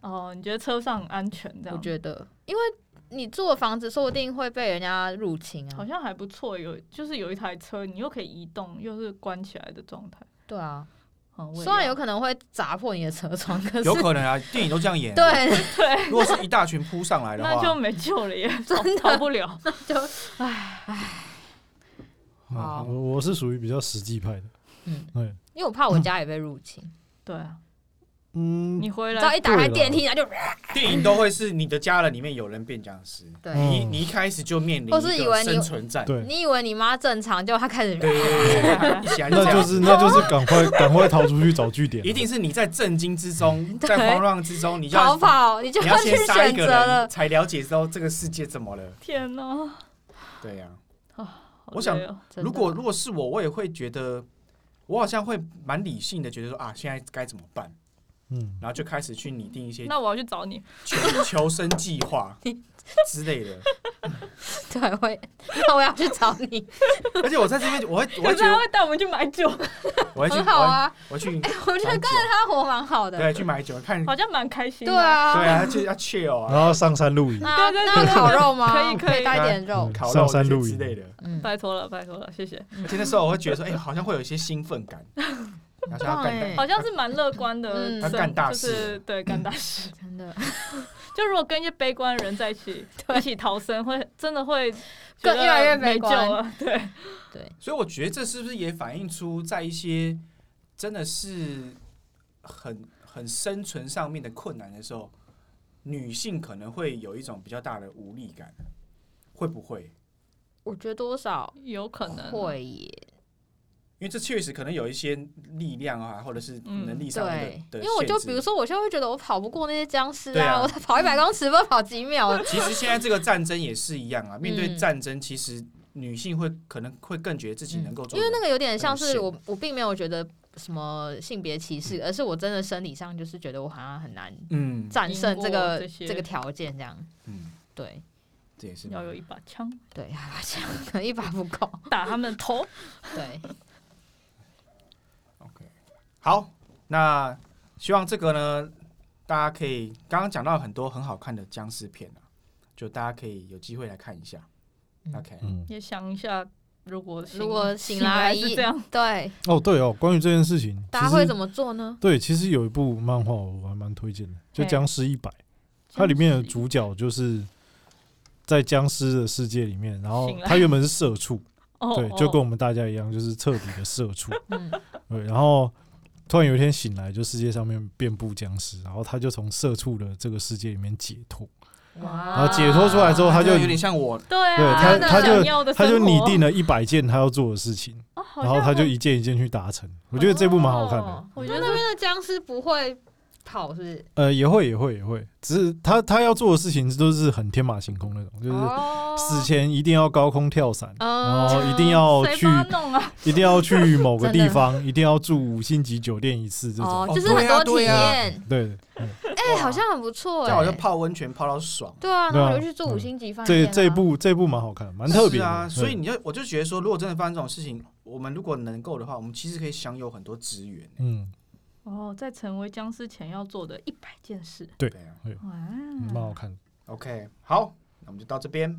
Speaker 1: 哦，你觉得车上安全 这样？
Speaker 3: 我觉得，因为你住的房子说不定会被人家入侵
Speaker 1: 好
Speaker 3: 啊。
Speaker 1: 像还不错，有就是有一台车，你又可以移动，又是关起来的状态。
Speaker 3: 对啊，
Speaker 1: 嗯，我也
Speaker 3: 虽然
Speaker 1: 要
Speaker 3: 有可能会砸破你的车窗，可是
Speaker 2: 有可能啊，电影都这样演。，
Speaker 3: 对，
Speaker 2: 如果是一大群扑上来的
Speaker 1: 那就
Speaker 2: 话，
Speaker 1: 没救了耶，逃
Speaker 3: 真的
Speaker 1: 逃不了。
Speaker 3: 就
Speaker 4: 啊
Speaker 3: 好
Speaker 4: 我我是属于比较实际派的，
Speaker 3: 嗯，
Speaker 4: 对，
Speaker 3: 因为我怕我家也被入侵，
Speaker 1: 对啊，
Speaker 4: 嗯，
Speaker 1: 你回
Speaker 3: 只
Speaker 1: 来
Speaker 3: 要一打
Speaker 4: 对
Speaker 3: 开
Speaker 4: 啦
Speaker 3: 电梯，然后就
Speaker 2: 电影都会是你的家人里面有人变僵尸，
Speaker 3: 对。
Speaker 4: 嗯
Speaker 2: 你你一开始就面临
Speaker 3: 或是
Speaker 2: 一
Speaker 3: 以为
Speaker 2: 个
Speaker 3: 你
Speaker 2: 生存战。
Speaker 4: 对，
Speaker 3: 你以为你妈正常，结果她开始
Speaker 2: 对对对对，一起来
Speaker 4: 那就是那就是赶快赶快逃出去找据点啊，
Speaker 2: 一定是你在震惊之中，
Speaker 3: 对
Speaker 2: 在慌乱之中，你就
Speaker 3: 逃
Speaker 2: 要
Speaker 3: 跑，你就
Speaker 2: 你要
Speaker 3: 去
Speaker 2: 先杀
Speaker 3: 选
Speaker 2: 一个
Speaker 3: 择
Speaker 2: 人，
Speaker 3: 了。
Speaker 2: 才了解到这个世界怎么了。
Speaker 1: 天哪，
Speaker 2: 对啊呀、
Speaker 1: 好
Speaker 2: 我想
Speaker 1: 累哦
Speaker 3: 真的
Speaker 2: 如果如果是我，我也会觉得，我好像会蛮理性的，觉得说啊，现在该怎么办，
Speaker 4: 嗯，
Speaker 2: 然后就开始去拟定一些
Speaker 1: 那我要去找你。
Speaker 2: 求求生计 划之类的。
Speaker 3: 对，我也那我要去找 你，
Speaker 2: 而且我在这边，我 会我
Speaker 1: 可
Speaker 2: 会
Speaker 1: 是
Speaker 2: 觉得
Speaker 1: 他会带我们去买 酒，
Speaker 2: 我会去
Speaker 3: 很好啊。
Speaker 2: 我会我会去
Speaker 3: 哎， 我觉得
Speaker 2: 买
Speaker 3: 跟
Speaker 2: 酒
Speaker 3: 着他活蛮好的。
Speaker 2: 对去买酒看，对
Speaker 1: 好像蛮开心的。
Speaker 3: 啊，
Speaker 2: 啊，就要 chill 啊，
Speaker 4: 然后上山露营，
Speaker 3: 那
Speaker 1: 对对
Speaker 3: 那
Speaker 1: 对
Speaker 3: 烤肉吗？
Speaker 1: 可以可以
Speaker 3: 带一点肉
Speaker 4: 嗯。
Speaker 2: 烤
Speaker 4: 上
Speaker 2: 肉
Speaker 4: 山
Speaker 2: 这
Speaker 4: 露
Speaker 2: 些之
Speaker 4: 营
Speaker 2: 类的。
Speaker 3: 嗯，
Speaker 1: 拜托了，拜托了，谢谢。
Speaker 2: 而且那时候我会觉得说，哎、好像会有一些兴奋 感，好像要干
Speaker 3: 很棒哎
Speaker 2: 大，
Speaker 1: 好像是蛮乐观的
Speaker 3: 嗯
Speaker 1: 生，
Speaker 2: 他干大
Speaker 1: 就
Speaker 2: 事嗯
Speaker 1: 是对干大事。
Speaker 3: 真的
Speaker 1: 就如果跟一些悲观的人在一 起，一起逃生，会真的会觉
Speaker 3: 更
Speaker 1: 得
Speaker 3: 越来越
Speaker 1: 没
Speaker 3: 悲
Speaker 1: 救
Speaker 3: 观
Speaker 1: 了。对，
Speaker 3: 对，
Speaker 2: 所以我觉得这是不是也反映出在一些真的是很很生存上面的困难的时候，女性可能会有一种比较大的无力感，会不会？
Speaker 3: 我觉得多少
Speaker 1: 有可能啊
Speaker 3: 会耶，
Speaker 2: 因为这确实可能有一些力量啊，或者是能力上面
Speaker 3: 嗯
Speaker 2: 的、
Speaker 3: 对，
Speaker 2: 的
Speaker 3: 因为我就
Speaker 2: 限制
Speaker 3: 比如，说，我就会觉得我跑不过那些僵尸
Speaker 2: 对啊
Speaker 3: 我才跑一百公尺，不知道跑几秒了。
Speaker 2: 其实现在这个战争也是一样啊，面对
Speaker 3: 嗯
Speaker 2: 战争，其实女性会可能会更觉得自己能够做
Speaker 3: 嗯因为
Speaker 2: 得
Speaker 3: 那个有点像
Speaker 2: 很
Speaker 3: 是
Speaker 2: 闲
Speaker 3: 我，我并没有觉得什么性别歧视，而是我真的生理上就是觉得我好像很难
Speaker 2: 嗯
Speaker 3: 战胜这
Speaker 1: 赢过
Speaker 3: 个
Speaker 1: 这些
Speaker 3: 这个条件，这样
Speaker 2: 嗯，
Speaker 3: 对
Speaker 2: 这也是
Speaker 1: 要有一把枪
Speaker 3: 对，好像可能一把不够，
Speaker 1: 打他们的头。
Speaker 3: 对，
Speaker 2: OK，好，那希望这个呢，大家可以刚刚讲到很多很好看的僵尸片啊，就大家可以有机会来看一下。
Speaker 3: 嗯
Speaker 2: OK，、
Speaker 4: 嗯，
Speaker 1: 也想一下，如果醒
Speaker 3: 如果醒
Speaker 1: 醒
Speaker 3: 来
Speaker 1: 是
Speaker 3: 一
Speaker 1: 这样，
Speaker 3: 对，
Speaker 4: 哦对哦，关于这件事情，
Speaker 3: 大家会
Speaker 4: 么？
Speaker 3: 怎么做呢？
Speaker 4: 对，其实有一部漫画我还蛮推荐的，就《
Speaker 1: 嘿
Speaker 4: 僵尸一百》，它里面的主角就是在僵尸的世界里面，然后
Speaker 1: 醒来
Speaker 4: 他原本是社畜，
Speaker 1: 哦
Speaker 4: 对，就跟我们大家一样，就是彻底的社畜，
Speaker 3: 嗯，
Speaker 4: 对，然后突然有一天醒来，就世界上面遍布僵尸，然后他就从社畜的这个世界里面解脱，
Speaker 3: 哇
Speaker 4: 然后解脱出来之后，他就
Speaker 2: 这个啊有点像我，
Speaker 1: 对
Speaker 4: 对
Speaker 1: 啊，
Speaker 4: 他
Speaker 3: 真的
Speaker 4: 他
Speaker 1: 想
Speaker 4: 就
Speaker 1: 要的
Speaker 4: 他就
Speaker 1: 生活
Speaker 4: 拟定了一百件他要做的事情，
Speaker 1: 哦好
Speaker 4: 然后
Speaker 1: 像
Speaker 4: 他就
Speaker 1: 会
Speaker 4: 一件一件去达成，我觉得这部蛮好看的。
Speaker 3: 哦
Speaker 1: 我觉
Speaker 3: 那
Speaker 1: 得
Speaker 3: 那边的僵尸不会跑，是不是？
Speaker 4: 呃，也会，也会，也会，只是他他要做的事情都是很天马行空那种，就是
Speaker 3: 哦
Speaker 4: 死前一定要高空跳伞，然
Speaker 3: 哦
Speaker 4: 后一定要
Speaker 1: 谁
Speaker 4: 去
Speaker 1: 帮他弄啊？
Speaker 4: 一定要去某个
Speaker 3: 真的
Speaker 4: 地方，一定要住五星级酒店一次这
Speaker 3: 哦
Speaker 4: 种。，
Speaker 3: 就是
Speaker 2: 哦
Speaker 3: 很
Speaker 2: 对啊
Speaker 3: 多体
Speaker 2: 对啊
Speaker 3: 验，
Speaker 4: 对，嗯
Speaker 3: 哎，好像很不错
Speaker 2: 这样我就
Speaker 3: 哎。
Speaker 2: 泡温泉泡到爽。
Speaker 3: 对啊，
Speaker 4: 对
Speaker 3: 那
Speaker 4: 啊
Speaker 3: 我就去住五星级饭
Speaker 4: 这
Speaker 3: 店啊。
Speaker 4: 这部这部蛮好看，蛮特别
Speaker 2: 是
Speaker 4: 的嗯
Speaker 2: 啊，
Speaker 4: 对
Speaker 2: 所以你就我就觉得说，如果真的发生这种事情，我们如果能够的话，我们其实可以享有很多资源。
Speaker 4: 嗯，
Speaker 1: 哦，在成为僵尸前要做的一百件事。
Speaker 4: 对
Speaker 2: 啊
Speaker 1: 哇，
Speaker 3: 嗯
Speaker 4: 蛮好看的。
Speaker 2: ，OK，好，那我们就到这边，